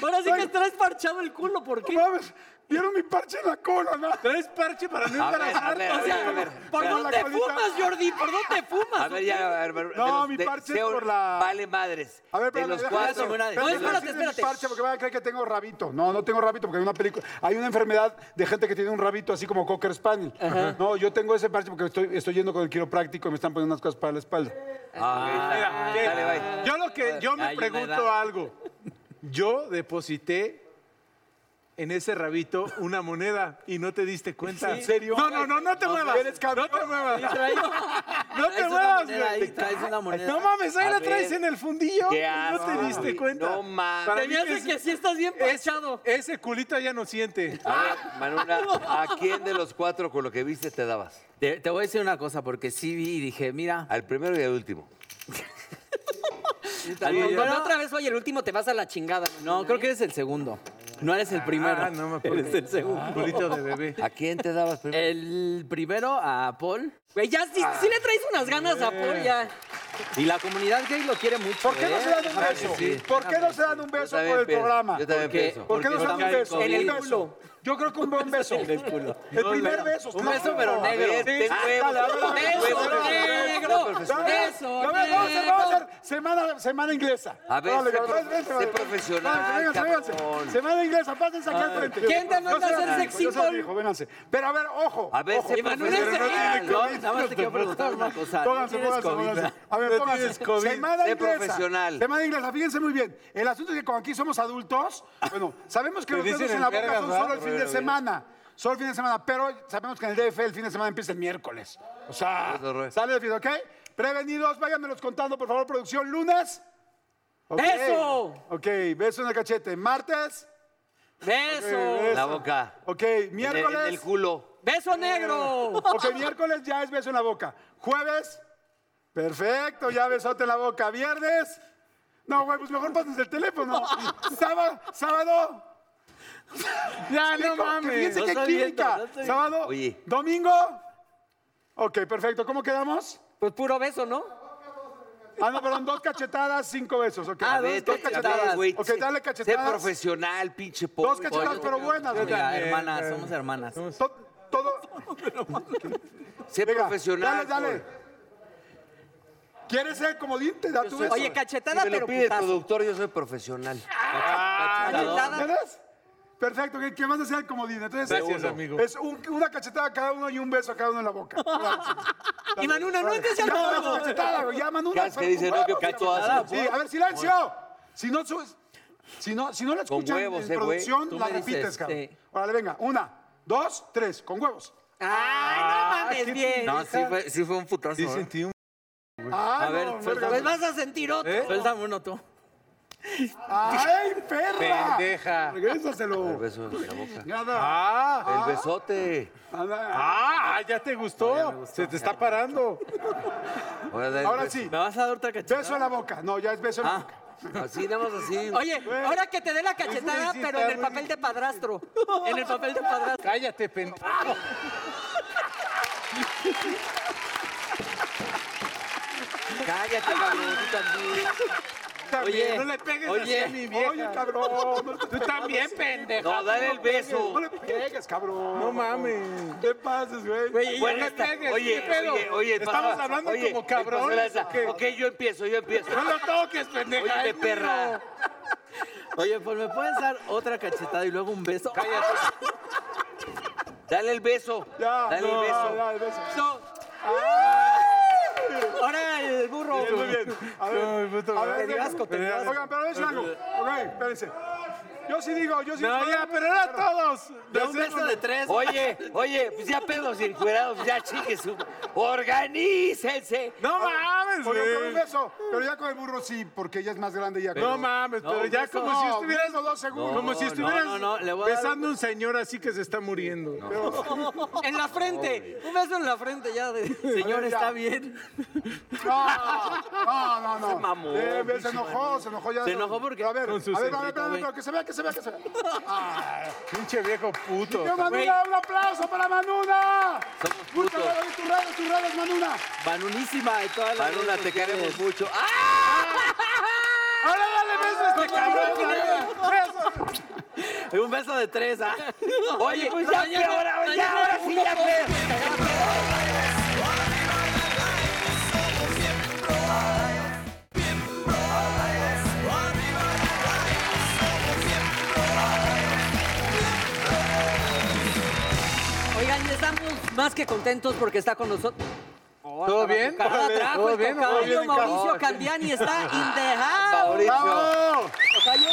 S3: Ahora sí que traes parchado el culo, ¿por qué?
S1: No mames, vieron mi parche en la cola, ¿no?
S2: Traes parche para no
S4: A ver, a
S2: embarazarte.
S4: ver, a ver, a ver.
S3: ¿Por
S1: Pero
S3: dónde
S1: la colita-
S3: fumas, Jordi? ¿Por dónde fumas?
S4: A ver, ya, a ver, a ver,
S1: No,
S4: de los-
S1: mi
S4: de-
S1: parche
S4: sea-
S1: es por la-
S4: Vale madres.
S1: A ver,
S4: de
S1: espérame,
S4: los
S1: déjame
S4: cuatro.
S1: hacer-
S6: como una-
S1: espérame,
S3: No, espérate,
S1: decirle mi
S3: espérate.
S1: Parche porque van a creer que tengo rabito. No, no tengo rabito porque hay una película. Hay una enfermedad de gente que tiene un rabito así como Cocker Spaniel. No, yo tengo ese parche porque estoy, estoy yendo con el quiropráctico y me están poniendo unas cosas para la espalda.
S4: Ah,
S2: Mira, ¿qué?
S4: dale, bye.
S2: Yo lo que yo
S6: Hay
S2: me
S6: una
S2: pregunto
S6: edad.
S2: algo. Yo deposité en ese rabito una moneda y no te diste cuenta.
S1: ¿En serio?
S2: No, no, no, no te muevas.
S1: ¿Eres cabrón?
S2: No te muevas. No te
S6: Traes una
S2: muevas,
S6: moneda ahí,
S2: güey.
S6: traes una moneda.
S2: No mames,
S4: A
S2: ahí la
S4: ver.
S2: traes en el fundillo.
S4: Qué
S2: No
S4: asco,
S2: te diste
S4: güey.
S2: cuenta.
S4: No mames.
S2: Para
S3: Te
S2: mí
S3: me hace
S2: es-
S3: que sí estás bien parchado.
S2: Ese culito ya no siente.
S4: A ver, Manuna, ¿a quién de los cuatro con lo que viste te dabas?
S6: Te, te voy a decir una cosa, porque sí vi y dije, mira,
S4: Al primero y al último.
S3: Cuando
S6: yo no-
S3: otra vez, oye, el último te vas a la chingada.
S6: no, creo que eres el segundo. No eres el primero.
S2: Ah, no me acuerdo. Ah,
S6: Eres el segundo.
S2: Culito de bebé.
S4: ¿A quién te dabas primero?
S6: El primero a Paul.
S3: Güey, ya sí, sí le traes unas ganas a Paul, ya.
S6: Y la comunidad gay lo quiere mucho.
S1: ¿Por qué no
S6: ¿eh?
S1: se dan un
S6: Déjame
S4: ah,
S1: beso?
S6: decir.
S1: ¿Por
S4: pues,
S1: qué no se dan un beso
S4: también
S1: por el
S4: pienso,
S1: programa?
S4: pues. yo también
S6: Porque-
S4: pienso.
S1: ¿Por qué no se
S6: porque
S1: dan un
S6: está
S1: beso?
S3: en el
S1: Un beso.
S3: culo.
S1: Yo creo que un buen beso. El primer beso.
S6: Un beso, pero
S4: A
S6: negro.
S4: ver, ten huevos.
S3: Beso negro, beso
S1: A ver, vamos a- vamos
S3: negro.
S1: a hacer semana, semana inglesa.
S4: A ver,
S1: Órale,
S4: sé
S1: cabrón,
S4: profe-
S1: vénganse,
S4: sé
S1: vénganse.
S4: profesional,
S1: Vénganse, vénganse, vénganse.
S4: cabrón.
S1: Semana inglesa, pásense aquí al frente.
S3: ¿Quién te manda a
S1: sean
S3: hacer
S1: naicos,
S3: sexy
S1: no sean
S3: ball?
S1: naicos, vénganse. Pero a ver, ojo.
S4: A ver,
S1: ojo.
S4: sé
S3: Iván, no eres
S4: profesional.
S3: el
S6: Yo nada más te quiero preguntar una cosa. ¿No
S1: Pónganse,
S6: tienes
S1: pónganse,
S6: COVID?
S1: pónganse. A ver, pónganse. Semana
S4: Sé
S1: inglesa.
S4: profesional.
S1: Semana inglesa, fíjense muy bien. El asunto es que como aquí somos adultos, bueno, sabemos que
S2: Te
S1: los
S2: dicen
S1: dedos en
S2: el
S1: la boca
S2: vergas,
S1: son
S2: ¿verdad?
S1: solo el fin de semana. Solo el fin de semana, pero sabemos que en el DF el fin de semana empieza el miércoles. O sea,
S4: Eso, Roy.
S1: sale el fin, ¿ok? Prevenidos, váyanmelos contando, por favor, producción. Lunes. Ok.
S3: ¡Beso!
S1: Ok, beso en el cachete. Martes.
S3: Beso,
S1: beso.
S4: La boca.
S1: Ok,
S4: En el,
S1: miércoles.
S4: en el culo.
S3: beso negro.
S1: Ok, miércoles ya es beso en la boca. Jueves, perfecto, ya besote en la boca. Viernes, no, güey, pues mejor pases el teléfono. Sábado, sábado. Ya, no mames. Fíjense
S6: No
S1: qué
S6: está
S1: química.
S6: viendo, no está
S1: sábado,
S4: Oye.
S1: domingo. Ok, perfecto. ¿Cómo quedamos?
S3: Pues puro beso, ¿no?
S1: Ah, no, perdón, dos cachetadas, cinco besos. ok.
S6: Ah,
S4: A ver,
S1: dos
S4: te- a ver,
S1: cachetadas.
S4: güey,
S1: Ok,
S4: sé-
S1: dale
S4: Sé
S1: cachetadas.
S4: profesional, pinche pobre.
S1: Dos cachetadas, pero buenas. güey.
S6: Mira,
S2: Eh,
S6: hermanas,
S2: eh.
S6: somos hermanas.
S1: To- Todo.
S4: Sé
S1: Venga, Dale,
S4: profesional.
S1: dale.
S4: güey.
S1: ¿Quieres ser comodín? Te da tu beso.
S3: Oye,
S4: Si
S3: cachetada,
S4: me lo
S3: pero
S4: pide el
S3: putazo.
S4: productor, yo soy profesional.
S1: Ah,
S3: Cachetada.
S1: ¿Entiendes? Perfecto, ¿qué, qué más desea el comodín? Entonces,
S2: Gracias,
S1: uno.
S2: amigo.
S1: Es un- una cachetada a cada uno y un beso a cada uno en la boca.
S3: Y Manuna, no entres
S1: ya,
S3: al
S1: ya,
S3: juego.
S1: cachetada, güey, ya, Manuna.
S4: Ya es que dice, no, que puto asco.
S1: Sí, a ver, silencio. Si no, su- si no, si no la
S4: Con
S1: escuchan
S4: huevos,
S1: en
S4: eh, güey.
S1: producción,
S6: Tú
S1: la
S6: me dices,
S1: repites, cabrón.
S6: sí.
S1: Órale, venga, una, dos, tres, con huevos.
S3: Ay, no mames, bien.
S6: No, sí fue, sí fue un putazo.
S2: Sí
S6: ¿eh?
S2: sentí un...
S1: Ah,
S6: A ver,
S1: no,
S6: suelta-
S1: verga.
S3: Pues vas a sentir otro.
S2: ¿Eh?
S6: Suéltame uno tú.
S1: ¡Ay,
S2: Ah.
S1: perra!
S2: Pendeja.
S4: El
S1: Regrésaselo.
S4: beso en la boca.
S1: Nada.
S2: Ah,
S4: El besote.
S1: nada.
S2: ah, ya te gustó. Se te está parando.
S4: Ahora, dale el
S1: Ahora
S4: beso.
S1: sí,
S6: ¿Me vas a dar otra cachetada?
S1: beso en la boca. No, ya es beso en la
S6: Ah.
S1: boca.
S4: Así, nada más así.
S3: Oye, ahora que te dé la cachetada,
S2: sí,
S3: pero
S2: está
S3: en el
S2: muy-
S3: papel de padrastro. En el papel de padrastro.
S2: Cállate, pendejo.
S4: Cállate, cabrón, tú también.
S2: también,
S6: Oye,
S2: no le pegues
S6: oye,
S2: así a mi vieja.
S1: Oye, cabrón.
S2: Tú también, pendejo.
S4: No, dale el beso.
S1: No le pegues, cabrón.
S2: No mames.
S1: Te pases, güey.
S2: Güey,
S4: Bueno,
S2: no le
S4: esta-
S2: pegues,
S4: oye,
S2: ¿qué pedo?
S4: oye, oye,
S2: Estamos
S4: pasaba-
S2: hablando
S4: oye,
S2: como
S4: ¿qué pasó
S2: cabrones,
S4: esa?
S2: ¿o qué?
S4: Ok, yo empiezo, yo empiezo.
S2: No lo toques, pendeja.
S4: Oye,
S2: ay,
S4: perra.
S2: güey.
S6: Oye, pues me puedes dar otra cachetada y luego un beso.
S4: Dale el beso.
S1: Ya,
S4: dale
S1: no,
S4: el beso.
S1: ya, el beso.
S4: No.
S6: Ahora el burro.
S1: Bien, muy bien. A
S2: No, mi
S1: ver,
S2: puto
S1: a ver,
S6: madre.
S1: oigan,
S6: Asco,
S1: Oigan, pero es algo. Ok, espérense. Yo sí digo, yo sí
S2: No,
S1: digo.
S2: ya, pero era todos.
S6: De un beso de tres.
S4: Oye, oye, pues ya pelos encuerados, ya chingue su. Organícense.
S2: No mames,
S1: Oigan, con
S2: güey.
S1: un beso. Pero ya con el burro sí, porque ella es más grande y ya con
S2: No mames, pero
S6: un
S2: ya
S6: beso.
S2: como si
S1: No,
S2: estuvieras
S1: beso dos segundos.
S2: Como si
S6: no,
S2: estuvieras
S6: no, no, le voy a dar-
S2: besando a un señor así que se está muriendo.
S3: En la frente. Un beso en la frente ya. De...
S6: Señor,
S1: ya.
S6: está bien.
S1: No, no, no. Se
S4: mamó,
S1: se enojó, se enojó ya.
S6: Se enojó porque-
S1: Pero A ver, a
S2: Con su
S1: ver, a ver,
S2: señorita,
S1: espérame,
S6: güey.
S1: pero que se vea, que se vea, que se vea.
S2: Pinche viejo puto.
S1: ¡Yo, Manuna, un aplauso para Manuna!
S4: Somos putos.
S1: ¡Búscalo en tus redes, tus redes, Manuna!
S6: Vanunísima y todas las
S4: Manuna,
S6: redes
S4: te
S6: sociales.
S4: queremos mucho. ¡Ah!
S2: Ahora dale beso a este cabrón.
S6: Y Un beso de tres. ¿ah?
S4: Oye, pues ya,
S3: ya,
S4: pero ahora, ya, ahora sí, ya, pero.
S3: Oigan, y estamos más que contentos porque está con nosotros.
S2: ¿Todo bien?
S3: Cada trajo
S2: ¿Todo
S3: el
S2: bien? ¿Todo bien
S3: tocayo
S2: en
S3: Mauricio
S2: casa?
S3: Candiani está in the house.
S4: Mauricio,
S2: ¡Bravo!
S3: Tocayo,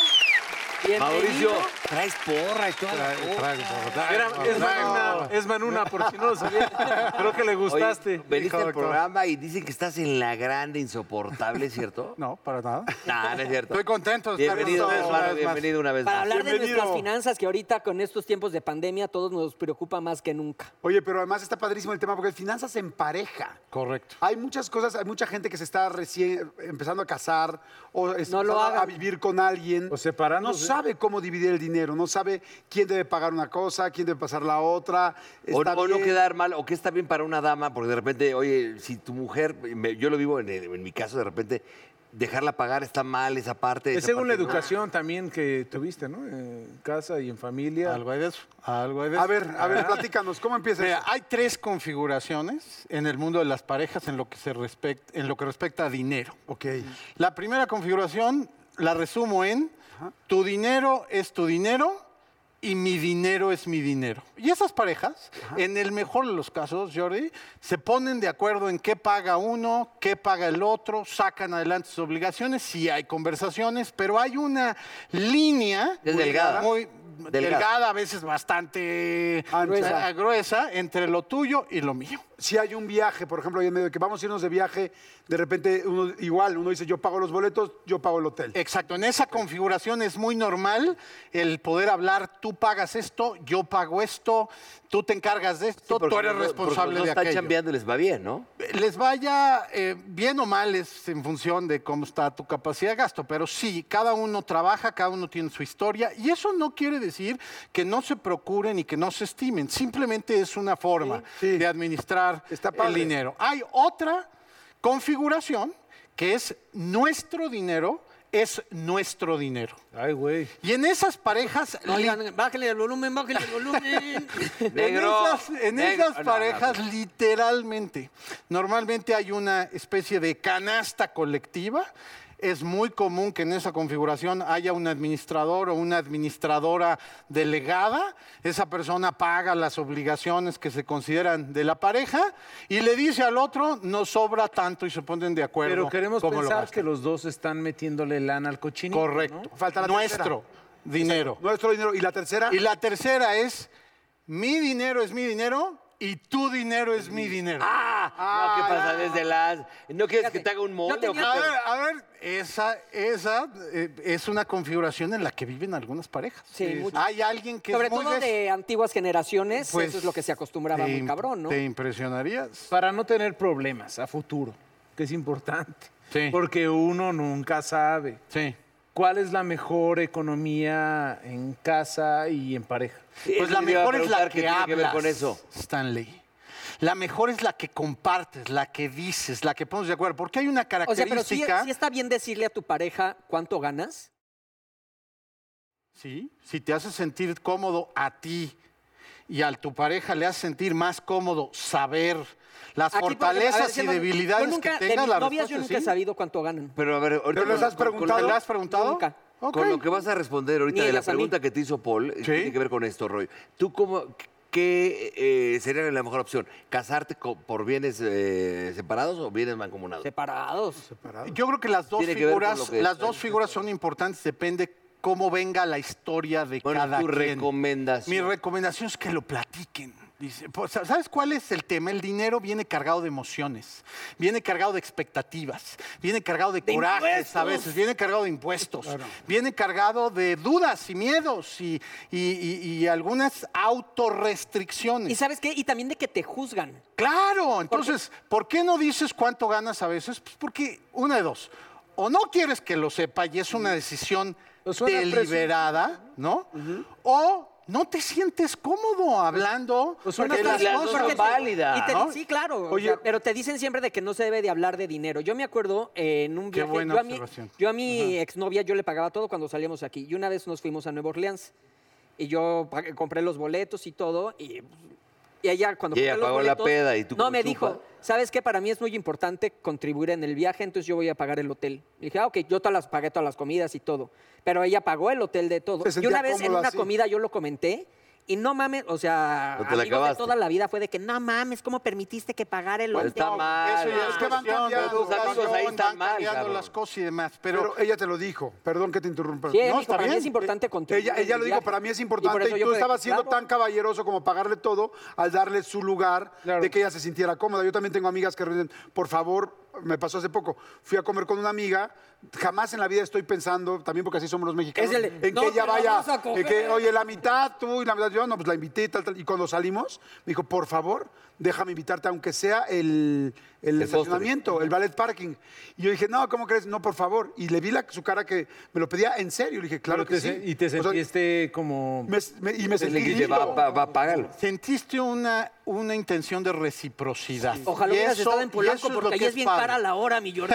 S3: bienvenido.
S4: Mauricio, traes porra y todo.
S2: Era- es, Magna, es Manuna, por si no lo sabía. Creo que le gustaste.
S4: veniste
S2: Hijo de
S4: al programa y dicen que estás en la grande insoportable, ¿es ¿cierto?
S5: No, para nada.
S4: No, no es cierto.
S5: Estoy contento de estar
S4: Bienvenido,
S5: con ustedes
S4: hermano,
S5: una vez más.
S4: bienvenido una vez
S3: Para
S4: más.
S3: hablar de
S5: Bienvenido.
S3: nuestras finanzas, que ahorita con estos tiempos de pandemia todos nos preocupa más que nunca.
S1: Oye, pero además está padrísimo el tema porque finanzas en pareja.
S5: Correcto.
S1: Hay muchas cosas, hay mucha gente que se está recién empezando a casar o está
S3: No lo
S1: empezando a
S3: hagan.
S1: vivir con alguien.
S2: O separándose.
S1: No sabe cómo dividir el dinero, no sabe quién debe pagar una cosa, quién debe pasar la otra.
S4: O,
S1: Está
S4: o no
S1: bien.
S4: quedar mal, o que está bien para una dama, porque de repente, oye, si tu mujer, me- yo lo vivo en, el- en mi caso, de repente, dejarla pagar está mal esa parte.
S2: Es
S4: esa
S2: según la
S4: parte no.
S2: educación también que tuviste, ¿no? En casa y en familia.
S5: Algo hay de eso. Algo hay de eso.
S1: A ver, a
S5: Ah.
S1: ver, platícanos, ¿cómo empieza
S5: Mira,
S1: eso?
S5: hay tres configuraciones en el mundo de las parejas en lo que, se respect- en lo que respecta a dinero.
S1: Ok.
S5: La primera configuración la resumo en tu dinero es tu dinero y mi dinero es mi dinero. Y esas parejas, en el mejor de los casos, Jordi, se ponen de acuerdo en qué paga uno, qué paga el otro, sacan adelante sus obligaciones, sí hay conversaciones, pero hay una línea
S4: Es delgada.
S5: muy
S4: Delgada.
S5: delgada, a veces bastante
S1: Gruesa.
S5: eh, gruesa, entre lo tuyo y lo mío.
S1: Si hay un viaje, por ejemplo, ahí en medio de que vamos a irnos de viaje, de repente uno igual, uno dice yo pago los boletos, yo pago el hotel.
S5: Exacto, en esa configuración es muy normal el poder hablar, tú pagas esto, yo pago esto, tú te encargas de
S4: Sí,
S5: esto,
S4: porque
S5: tú eres
S4: cuando- porque
S5: responsable
S4: cuando
S5: de
S4: están
S5: aquello.
S4: chambeando y les va bien, ¿no?
S5: Les vaya eh, bien o mal es en función de cómo está tu capacidad de gasto, pero sí, cada uno trabaja, cada uno tiene su historia y eso no quiere decir que no se procuren y que no se estimen, simplemente es una forma
S1: Sí, sí.
S5: de administrar
S1: Está
S5: el
S1: padre.
S5: dinero. Hay otra configuración que es nuestro dinero, es nuestro dinero.
S2: Ay, güey.
S5: Y en esas parejas, li-
S3: Oigan, bájale el volumen, bájale el volumen.
S5: en
S4: Negro,
S5: esas, en
S4: negro.
S5: esas
S4: No, no, no.
S5: parejas, literalmente, normalmente hay una especie de canasta colectiva. Es muy común que en esa configuración haya un administrador o una administradora delegada. Esa persona paga las obligaciones que se consideran de la pareja y le dice al otro, no sobra tanto y se ponen de acuerdo.
S2: Pero queremos
S5: cómo lo
S2: pensar
S5: gastan.
S2: que los dos están metiéndole lana al cochinito.
S5: Correcto.
S2: ¿no?
S1: Falta la
S5: Nuestro dinero.
S1: Nuestro dinero. ¿Y la tercera?
S5: Y la tercera es, mi dinero es mi dinero y tu dinero es mi dinero.
S4: ¡Ah! no, ¿qué pasa desde las...? ¿No quieres que te haga un mole? o
S3: tenía-
S5: A
S4: qué?
S5: ver, a ver, esa, esa eh, es una configuración en la que viven algunas parejas.
S3: Sí, mucho.
S5: Hay alguien que
S3: Sobre
S5: es muy
S3: todo
S5: des-
S3: de antiguas generaciones,
S5: pues,
S3: eso es lo que se acostumbraba
S5: te
S3: muy
S5: im-
S3: cabrón, ¿no?
S5: Te impresionarías.
S2: Para no tener problemas a futuro, que es importante.
S5: Sí.
S2: Porque uno nunca sabe
S5: Sí.
S2: cuál es la mejor economía en casa y en pareja.
S4: Sí,
S5: Pues
S4: eso
S5: la
S4: te iba a
S5: mejor es la
S4: preguntar,
S5: que
S4: ¿qué tiene
S5: hablas,
S4: que ver con eso?
S5: Stanley. La mejor es la que compartes, la que dices, la que pones de acuerdo. Porque hay una
S3: O sea,
S5: característica.
S3: pero sí, sí está bien decirle a tu pareja cuánto ganas.
S5: Sí, si te hace sentir cómodo a ti y a tu pareja le hace sentir más cómodo saber las
S3: Aquí, por ejemplo, a ver,
S5: fortalezas
S3: Sheldon,
S5: y debilidades
S3: yo nunca-
S5: que
S3: de
S5: tengas.
S3: mis
S5: la
S3: novias yo
S5: respuesta
S3: nunca
S5: es
S3: he
S5: sí.
S3: sabido cuánto ganan.
S4: Pero a ver, ahorita
S1: ¿Pero les
S4: con-
S1: has
S4: con- con-
S1: preguntado?
S5: ¿Te la has preguntado?
S3: Nunca.
S5: Ok.
S4: Con lo que vas a responder ahorita
S3: Ni
S4: de la
S3: ellas a mí.
S4: pregunta que te hizo Paul, eh,
S5: Sí.
S4: tiene que ver con esto, Roy. ¿Tú cómo, qué eh, sería la mejor opción? ¿Casarte co- por bienes eh, separados o bienes mancomunados?
S3: Separados.
S5: Yo creo que las dos
S4: Tiene que ver con lo
S5: figuras,
S4: que
S5: las
S4: está diciendo.
S5: dos figuras son importantes, depende cómo venga la historia de
S4: Bueno,
S5: cada
S4: tu
S5: quien.
S4: recomendación.
S5: Mi recomendación es que lo platiquen. Dice, pues, ¿Sabes cuál es el tema? El dinero viene cargado de emociones, viene cargado de expectativas, viene cargado de, corajes a veces, viene cargado de impuestos, viene cargado de dudas y miedos y, y- y- y algunas autorrestricciones.
S3: ¿Y sabes qué? Y también de que te juzgan.
S5: Claro, entonces, ¿por qué no dices cuánto ganas a veces? Pues porque una de dos. O no quieres que lo sepa y es una decisión
S2: Pues suena
S5: deliberada, ¿no? O no te sientes cómodo hablando
S2: Pues suena
S5: de
S2: que
S5: las
S2: las
S5: cosas.
S3: Porque
S4: son
S3: te-
S4: válidas,
S3: y te-
S5: ¿no?
S3: Sí, claro. o
S5: Oye-
S3: sea, pero te dicen siempre de que no se debe de hablar de dinero. Yo me acuerdo eh, en un
S5: Qué
S3: viaje.
S5: buena
S3: yo, a mi,
S5: observación.
S3: yo a mi exnovia yo le pagaba todo cuando salíamos aquí. Y una vez nos fuimos a Nueva Orleans. Y yo pa- compré los boletos y todo. Y, y ella cuando
S4: Y ella
S3: compré los
S4: pagó la
S3: boletos,
S4: peda y tú
S3: No,
S4: como
S3: me
S4: chupa.
S3: dijo, ¿sabes qué? Para mí es muy importante contribuir en el viaje, entonces yo voy a pagar el hotel. Y dije, ah, ok, yo todas las pagué todas las comidas y todo. Pero ella pagó el hotel de todo.
S1: Se
S3: Y
S1: sentía
S3: una vez en
S1: cómoda
S3: una
S1: así.
S3: comida yo lo comenté. Y no mames, o sea,
S4: No te la
S3: amigos de
S4: acabaste.
S3: toda la vida fue de que no mames, ¿cómo permitiste que pagara el
S5: Pues
S3: hotel?
S4: Pues Está mal. pues,
S5: Eso ya
S1: Es que van
S5: cuestión de
S1: cambiando,
S4: tus amigos
S5: educación,
S4: ahí están
S5: van
S4: mal,
S5: cambiando
S4: cabrón.
S5: las cosas y demás. Pero,
S1: Pero ella te lo dijo. Perdón que te interrumpa.
S3: Sí, ella dijo,
S5: No, está
S3: para mí
S5: bien.
S3: es importante contigo.
S1: Eh, Ella, ella lo dijo, para mí es importante. Y, tú estabas siendo tan caballeroso como pagarle todo al darle su lugar
S2: Claro.
S1: de que ella se sintiera cómoda. Yo también tengo amigas que dicen, por favor, me pasó hace poco, fui a comer con una amiga, jamás en la vida estoy pensando, también porque así somos los mexicanos,
S3: Es el-
S1: en
S3: no,
S1: que ella
S3: pero
S1: vaya,
S3: vamos a coger.
S1: en que, oye, la mitad tú y la mitad yo, no, pues la invité y tal, tal. Y cuando salimos, me dijo, por favor, déjame invitarte, aunque sea el, el
S4: El postre.
S1: estacionamiento, el ballet parking. Y yo dije, no, ¿cómo crees? No, por favor. Y le vi la- su cara que me lo pedía en serio. Le dije, claro
S2: Pero
S1: que
S2: te
S1: sí.
S2: se- Y te
S1: O sea,
S2: sentiste como...
S1: me- me- y me
S4: Le
S1: sentí
S4: dijiste,
S1: lindo.
S4: va, va, va, págalo.
S5: sentiste una, una intención de reciprocidad.
S3: Ojalá
S5: Y
S3: hubieras
S5: eso-
S3: estado en
S5: y
S3: Polanco,
S5: eso es lo
S3: porque
S5: que
S3: ahí es bien
S5: padre.
S3: cara la hora, mi Jordi.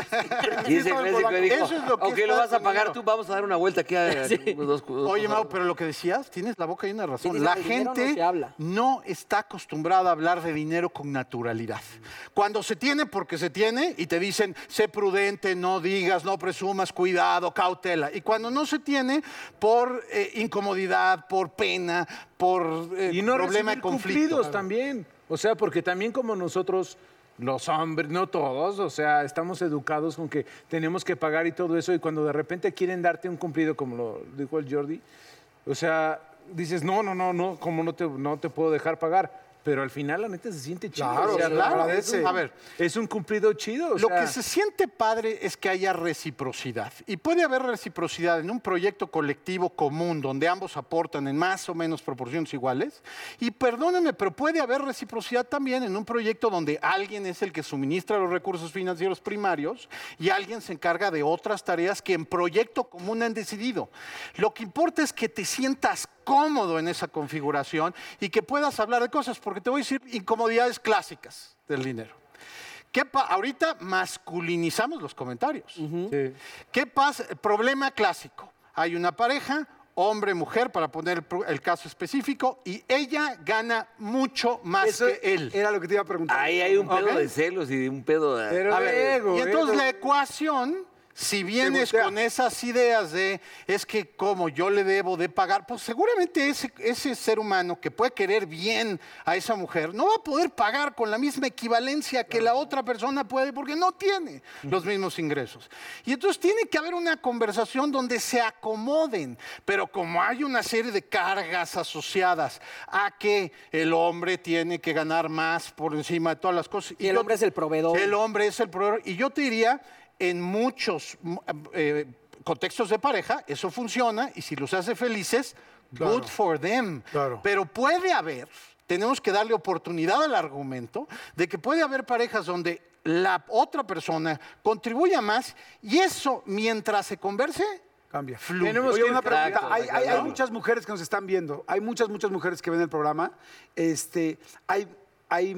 S4: Y ese clásico que dijo,
S5: Eso es lo que
S4: aunque
S5: está
S4: lo vas a pagar
S5: primero.
S4: tú, vamos a dar una vuelta aquí a unos dos- dos-
S5: Oye,
S4: dos-
S5: Mau, pero lo que decías, tienes la boca y una razón.
S3: Sí, dice,
S5: la
S3: del dinero no
S5: gente
S3: se habla.
S5: no está acostumbrada a hablar de dinero con naturalidad. Cuando se tiene, porque se tiene, y te dicen, sé prudente, no digas, no presumas, cuidado, cautela. Y cuando no se tiene, por eh, incomodidad, por pena, por eh,
S2: y no
S5: problema
S2: problema
S5: de conflicto.
S2: cumplidos también. O sea, porque también como nosotros, los hombres, no todos, o sea, estamos educados con que tenemos que pagar y todo eso, y cuando de repente quieren darte un cumplido, como lo dijo el Jordi, o sea, dices, no, no, no, no, como no te, no te puedo dejar pagar. Pero al final la neta se siente chido.
S1: Claro,
S2: o sea,
S1: se
S2: la-
S1: agradece.
S2: es un-
S5: A ver.
S2: Es un cumplido chido. o
S5: Lo
S2: sea.
S5: que se siente padre es que haya reciprocidad. Y puede haber reciprocidad en un proyecto colectivo común donde ambos aportan en más o menos proporciones iguales. Y perdónenme, pero puede haber reciprocidad también en un proyecto donde alguien es el que suministra los recursos financieros primarios y alguien se encarga de otras tareas que en proyecto común han decidido. Lo que importa es que te sientas cómodo en esa configuración y que puedas hablar de cosas, porque te voy a decir incomodidades clásicas del dinero. ¿Qué pa- ahorita masculinizamos los comentarios.
S2: Sí.
S5: ¿Qué pasa? Problema clásico. Hay una pareja, hombre-mujer, para poner el, pro- el caso específico, y ella gana mucho más
S1: Eso
S5: que él.
S1: era lo que te iba a preguntar.
S4: Ahí hay un pedo
S5: Ok.
S4: de celos y un pedo de...
S2: Pero
S5: A ver,
S2: ego,
S5: y entonces
S2: ego.
S5: la ecuación, si vienes
S1: voltea.
S5: con esas ideas de es que como yo le debo de pagar, pues seguramente ese, ese ser humano que puede querer bien a esa mujer no va a poder pagar con la misma equivalencia que la otra persona puede porque no tiene los mismos ingresos. Y entonces tiene que haber una conversación donde se acomoden, pero como hay una serie de cargas asociadas a que el hombre tiene que ganar más por encima de todas las cosas.
S3: Y el
S5: yo-
S3: hombre es el proveedor.
S5: El hombre es el proveedor. Y yo te diría, en muchos mm, eh, contextos de pareja, eso funciona y si los hace felices, good for them.
S1: Claro.
S5: Pero puede haber, tenemos que darle oportunidad al argumento, de que puede haber parejas donde la otra persona contribuya más y eso mientras se converse,
S1: Cambia.
S5: Fluye.
S1: Tenemos
S2: Oye,
S1: una
S2: una
S1: pregunta.
S4: pregunta.
S1: hay, hay- hay
S4: Claro.
S1: muchas mujeres que nos están viendo. Hay muchas, muchas mujeres que ven el programa. Este, hay, hay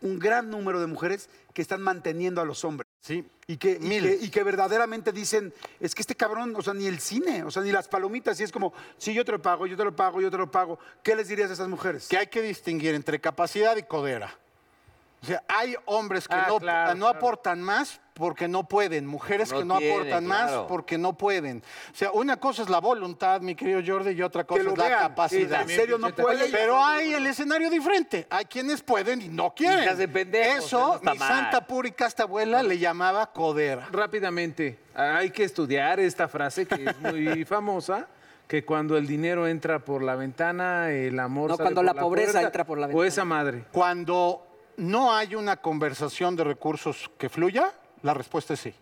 S1: un gran número de mujeres que están manteniendo a los hombres.
S5: Sí.
S1: Y que, y que-
S5: Miles.
S1: y que verdaderamente dicen, es que este cabrón, o sea, ni el cine, o sea, ni las palomitas, y es como, sí, yo te lo pago, yo te lo pago, yo te lo pago. ¿Qué les dirías a esas mujeres?
S5: que hay que distinguir entre capacidad y codera. O sea, hay hombres que
S2: Ah,
S5: no,
S2: claro,
S5: no
S2: claro.
S5: aportan más porque no pueden, mujeres
S4: No
S5: que no
S4: tienen,
S5: aportan
S4: claro.
S5: más porque no pueden. O sea, una cosa es la voluntad, mi querido Jordi, y otra cosa
S1: que lo
S5: es la
S1: vean.
S5: capacidad.
S1: En serio, no
S2: Oye,
S1: puede.
S5: Pero hay el escenario diferente. Hay quienes pueden y no quieren.
S4: Y se hacen pendejos, eso
S5: Eso,
S4: está
S5: mi
S4: mal.
S5: santa pura y casta abuela le llamaba codera.
S2: Rápidamente, hay que estudiar esta frase que es muy famosa, que cuando el dinero entra por la ventana, el amor
S3: No,
S2: sale
S3: cuando
S2: por
S3: la pobreza
S2: puerta,
S3: entra por la
S2: O
S3: ventana.
S2: esa madre.
S5: Cuando no hay una conversación de recursos que fluya, la respuesta es sí.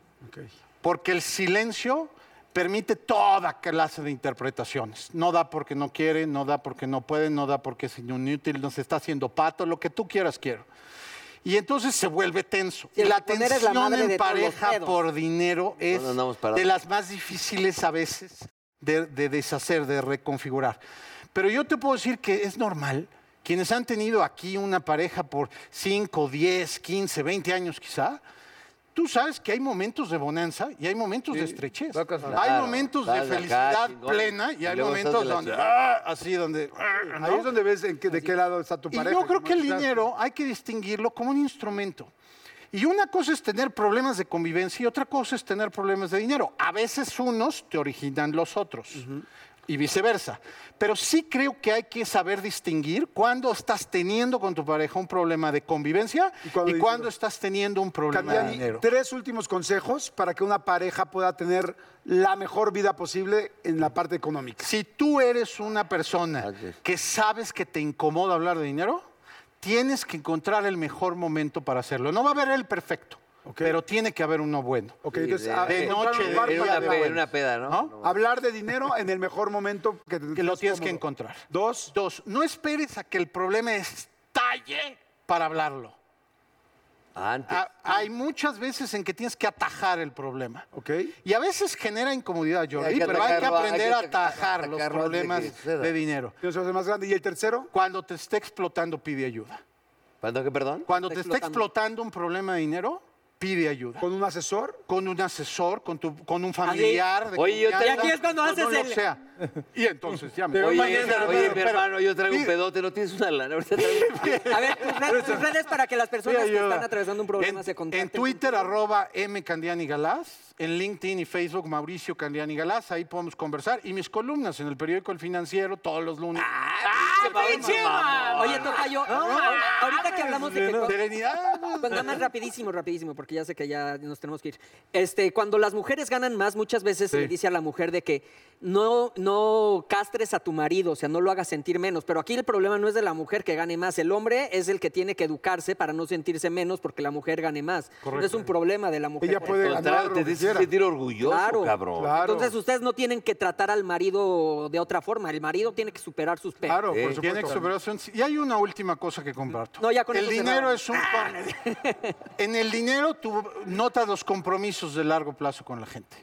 S5: Porque el silencio permite toda clase de interpretaciones. No da porque no quiere, no da porque no puede, no da porque es inútil, nos está haciendo pato, lo que tú quieras quiero. Y entonces se vuelve tenso.
S3: Sí, el
S5: la
S3: poner es la
S5: tensión
S3: madre
S5: en
S3: de todos los
S5: pareja
S3: pedos.
S5: por dinero es
S4: Cuando andamos parados.
S5: de las más difíciles a veces de, de deshacer, de reconfigurar. Pero yo te puedo decir que es normal. Quienes han tenido aquí una pareja por 5, 10, 15, 20 años quizá, tú sabes que hay momentos de bonanza y hay momentos de estrechez.
S2: vacas
S5: hay
S4: Claro,
S5: momentos de
S4: estás acá,
S5: felicidad
S4: chingón,
S5: plena y
S4: y
S5: hay
S4: luego estás
S5: momentos
S4: de la
S5: donde...
S4: chingada.
S5: ah, así, donde... ah, ¿no?
S1: Ahí es donde ves en qué- de qué lado está tu
S5: Y
S1: pareja.
S5: yo creo que el
S1: Claro.
S5: dinero hay que distinguirlo como un instrumento. Y una cosa es tener problemas de convivencia y otra cosa es tener problemas de dinero. A veces unos te originan los otros y viceversa. Pero sí creo que hay que saber distinguir cuando estás teniendo con tu pareja un problema de convivencia
S1: Y cuando
S5: y cuando,
S1: hay dinero.
S5: estás teniendo un problema de
S1: Candiani,
S5: dinero.
S1: tres últimos consejos para que una pareja pueda tener la mejor vida posible en la parte económica.
S5: Si tú eres una persona
S4: Ok.
S5: que sabes que te incomoda hablar de dinero, tienes que encontrar el mejor momento para hacerlo. No va a haber el perfecto, pero tiene que haber uno bueno.
S1: Ok,
S4: Sí,
S1: entonces,
S4: de-
S1: a-
S5: de
S1: encontrar
S5: noche,
S1: un
S5: de-
S1: lugar
S4: En
S5: de
S1: para
S4: una,
S1: hablar.
S4: pe- en una peda, ¿no?
S5: ¿No?
S1: Hablar de dinero en el mejor momento que, te-
S5: Que lo
S1: estés
S5: tienes que
S1: cómodo.
S5: encontrar.
S1: Dos,
S5: Dos, no esperes a que el problema estalle para hablarlo.
S4: Antes.
S5: A- hay muchas veces en que tienes que atajar el problema.
S1: ok.
S5: Y a veces genera incomodidad, Jordi,
S4: Hay que
S5: pero hay que
S4: atacarlo, hay
S5: aprender
S4: que
S5: a atajar
S4: atacarlo antes
S5: los
S4: de que
S5: problemas
S4: suceda.
S5: de dinero.
S1: Yo soy más grande. ¿Y el tercero?
S5: Cuando te esté explotando, pide ayuda.
S4: ¿Cuándo qué, perdón?
S5: Cuando te
S3: Está
S5: está explotando un problema de dinero, pide ayuda.
S1: ¿Con un asesor?
S5: Con un asesor, con, tu, con un familiar. de
S4: Oye, yo te-
S5: confianza,
S4: Y aquí
S3: es cuando
S5: con
S3: haces
S5: un lo
S3: el-
S5: que sea. Y entonces ya me...
S4: Oye,
S5: Pero,
S4: oye,
S5: pero,
S4: mi
S5: pero,
S4: hermano, yo traigo un
S5: pide-
S4: pedote, no tienes una lana. Ahorita traigo un-
S3: A ver, tus redes, tus redes para que las personas
S5: Mira,
S3: que
S5: yo-
S3: están atravesando un problema
S5: en,
S3: se contacten.
S5: En Twitter, arroba mcandiani galás. En LinkedIn y Facebook, Mauricio Candiani Galás. Ahí podemos conversar. Y mis columnas en el periódico El Financiero todos los lunes.
S3: Ah. Oye, Tocayo, ahor- ahorita que hablamos de que... cu-
S5: Serenidad.
S3: Pues nada más rapidísimo, rapidísimo, porque ya sé que ya nos tenemos que ir. Este, cuando las mujeres ganan más, muchas veces se le dice a la mujer de que no, no castres a tu marido, o sea, no lo hagas sentir menos. Pero aquí el problema no es de la mujer que gane más, el hombre es el que tiene que educarse para no sentirse menos porque la mujer gane más. No es un problema de la mujer.
S1: Ella puede
S4: Al
S1: ganar
S4: contrario,
S1: lo
S4: te
S1: que
S4: tienes que
S1: quiera.
S4: sentir orgulloso,
S3: Claro.
S4: cabrón.
S1: Claro.
S3: Entonces ustedes no tienen que tratar al marido de otra forma, el marido tiene que superar sus penas.
S1: Claro, por
S4: Sí.
S5: Eh, Tiene
S1: supuesto.
S5: exuberación. Y hay una última cosa que comparto.
S3: No, ya con
S5: el
S3: eso
S5: dinero
S3: cerramos. Ah,
S5: es un... con- en el dinero tú notas los compromisos de largo plazo con la gente.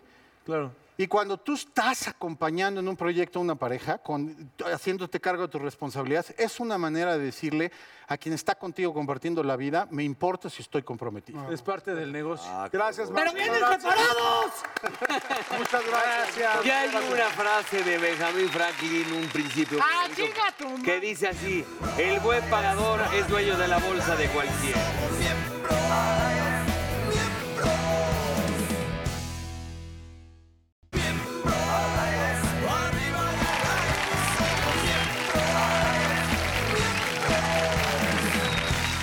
S2: Claro.
S5: Y cuando tú estás acompañando en un proyecto a una pareja, con- haciéndote cargo de tus responsabilidades, es una manera de decirle a quien está contigo compartiendo la vida, me importa si estoy comprometido.
S2: Es parte del negocio.
S3: Ah.
S4: Ah,
S1: Gracias,
S3: ¡Pero
S1: Mauricio.
S3: vienen
S1: Gracias.
S3: separados!
S1: Muchas gracias.
S4: Ya hay una frase de Benjamin Franklin, un principio. bonito, que dice así: el buen pagador es dueño de la bolsa de cualquiera.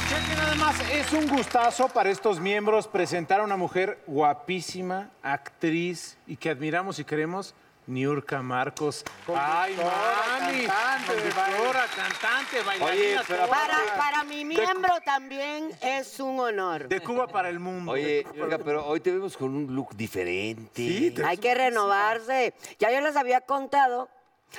S2: Cheque nada más, es un gustazo para estos miembros presentar a una mujer guapísima, actriz y que admiramos y queremos, Niurka Marcos. ¡Ay, mami! Conductora, cantante, bailarina.
S4: Oye, pero
S2: todo.
S7: Para, para mi miembro también es un honor.
S2: De Cuba para el mundo.
S4: Oye, Olga, pero hoy te vemos con un look diferente. Sí,
S7: Hay que renovarse. Ya yo les había contado.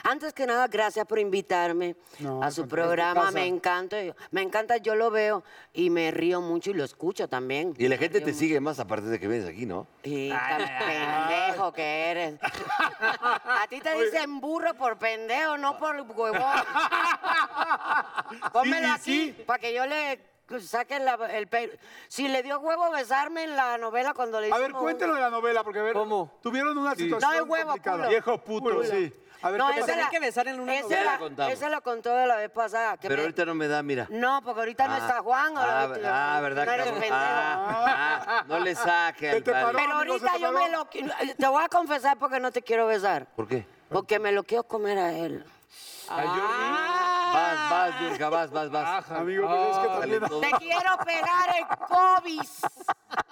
S7: Antes que nada, gracias por invitarme
S1: No,
S7: a
S1: al
S7: su
S1: contrario,
S7: programa.
S1: pasa.
S7: Me encanta. yo- Me encanta, yo lo veo y me río mucho y lo escucho también.
S4: Y la gente
S7: Me
S4: te
S7: río
S4: sigue más aparte de que vienes aquí, ¿no?
S7: Y tan pendejo que eres. A ti te dicen burro por pendejo, no por huevón. Pónmelo
S2: Sí,
S7: aquí
S2: sí.
S7: para que yo le saquen la- el peine. Si le dio huevo besarme en la novela cuando le
S1: A
S7: hicimos...
S1: ver, cuéntelo de la novela, porque a ver.
S2: ¿Cómo?
S1: Tuvieron una situación
S7: No, el huevo,
S1: complicada.
S7: culo.
S2: Viejo puto.
S1: Culo, sí. A ver,
S7: No,
S1: ¿qué
S7: esa
S1: pasó?
S7: la-
S3: Tener que besar en una
S7: Esa
S3: novela.
S7: la,
S4: lo contamos.
S7: esa la contó de la vez pasada. que
S4: Pero
S7: me-
S4: ahorita no me da, mira.
S7: No, porque ahorita no
S4: Ah,
S7: está Juan.
S4: Ah,
S7: ahorita-
S4: ver- ah, ¿verdad?
S7: No eres
S4: cabrón?
S7: pendejo.
S4: Ah, ah, no le saque
S1: Se
S4: al
S1: te paró,
S4: padre.
S7: Pero
S1: amigo, se
S7: ahorita
S1: te
S7: yo
S1: paró.
S7: me lo... qui- Te voy a confesar porque no te quiero besar.
S4: ¿Por qué?
S7: Porque me lo quiero comer a él.
S4: Vas, vas, Yurka, vas, vas, vas.
S1: Amigo, pues es que
S4: Dale
S1: también...
S4: todo.
S7: Te quiero pegar el COVID.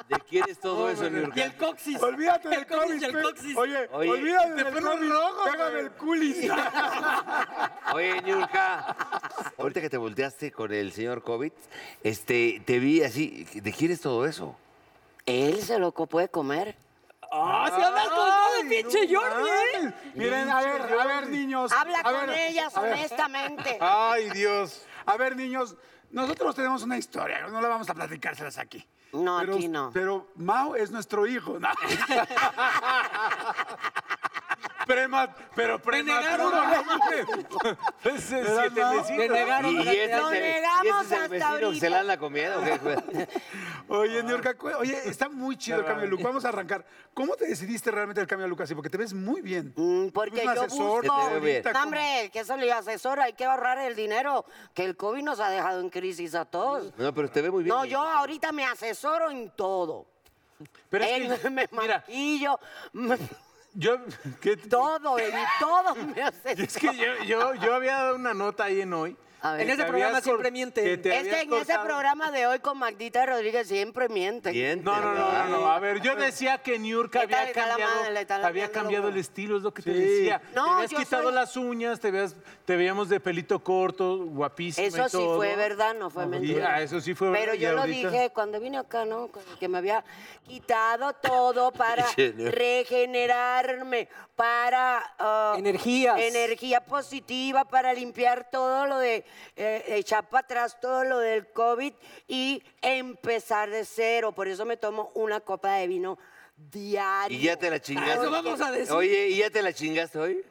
S4: ¿De quién es todo eso, Yurka?
S6: el coxis.
S1: Olvídate del
S6: coxis,
S1: COVID.
S6: el
S1: pe-
S6: coxis.
S1: Oye,
S4: Oye,
S1: olvídate
S2: te
S1: del
S2: pone
S1: COVID.
S2: rojo,
S1: Pégame
S2: güey.
S1: el culis.
S4: Oye, Yurka, ahorita que te volteaste con el señor COVID, este, te vi así, ¿de quién es todo eso?
S7: Él se lo co- puede comer.
S6: ¡Ah, se habla con todo el pinche Jordi, ¿eh?
S1: Miren, a ver, a ver, niños.
S7: Habla
S1: a
S7: con
S1: ver,
S7: ellas
S1: a ver,
S7: honestamente.
S2: Ay, Dios.
S1: A ver, niños, nosotros tenemos una historia, no la vamos a platicárselas aquí.
S7: No,
S1: Pero-
S7: aquí no.
S1: Pero Mao es nuestro hijo, ¿no? Prema- pero prematuro, no mames.
S2: Es el
S1: ¿Verdad,
S2: siete
S1: Mao?
S2: mesito.
S6: Le negaron
S4: Y,
S6: la
S4: y ese
S6: creación.
S4: es el,
S7: negamos
S4: y ese es el
S7: hasta
S4: vecino que se
S7: ahorita.
S4: la anda comiendo. ¿o qué, güey?
S1: Oye, Niurka, cu- oye, está muy chido el cambio de look. Vamos a arrancar. ¿Cómo te decidiste realmente el cambio de look así? Porque te ves muy bien.
S7: Mm, Porque
S1: Tú eres
S7: yo
S1: un asesor,
S7: busco...
S4: te veo bien.
S1: ahorita,
S7: No, hombre, que eso le asesora, hay que ahorrar el dinero, que el COVID nos ha dejado en crisis a todos.
S4: No, pero te ve muy bien.
S7: No, yo ahorita me asesoro en todo.
S2: Pero es
S7: Él
S2: que,
S7: me
S2: mira,
S7: maquillo, me-
S2: yo, ¿qué te-
S7: todo, en todo me asesoro.
S2: es que yo, yo, yo había dado una nota ahí en hoy.
S7: A ver.
S2: que
S3: En ese
S2: te
S3: programa
S2: habías cor-
S3: siempre mienten.
S2: que te
S7: Es que
S2: habías
S7: en ese
S2: cortado-
S7: programa de hoy con Magdita Rodríguez siempre miente.
S4: Miente,
S2: No, no, no,
S4: ¿verdad?
S2: no, no. A ver, yo decía que Niurka
S7: Le está-
S2: había
S7: le está la
S2: cambiado,
S7: madre, le está
S2: había
S7: lameando
S2: cambiado
S7: los
S2: el estilo, es lo que te
S1: Sí.
S2: decía. te
S7: No,
S2: habías
S7: yo
S2: quitado
S7: soy-
S2: las uñas, te, veías- te veíamos de pelito corto, guapísimo.
S7: Eso
S2: y
S7: sí
S2: todo.
S7: fue verdad, no fue
S2: Y-
S7: mentira.
S2: ah, eso sí fue
S7: Pero
S2: verdad, y
S7: yo lo
S2: ahorita-
S7: dije cuando vine acá, ¿no? Que me había quitado todo para
S4: Sí, ¿no?
S7: regenerarme, para... ah,
S3: Energías.
S7: Energía positiva para limpiar todo lo de... eh, echar para atrás todo lo del COVID y empezar de cero. Por eso me tomo una copa de vino diario.
S4: Y ya te la chingaste.
S6: Eso vamos a decir.
S4: Oye, ¿y ya te la chingaste hoy?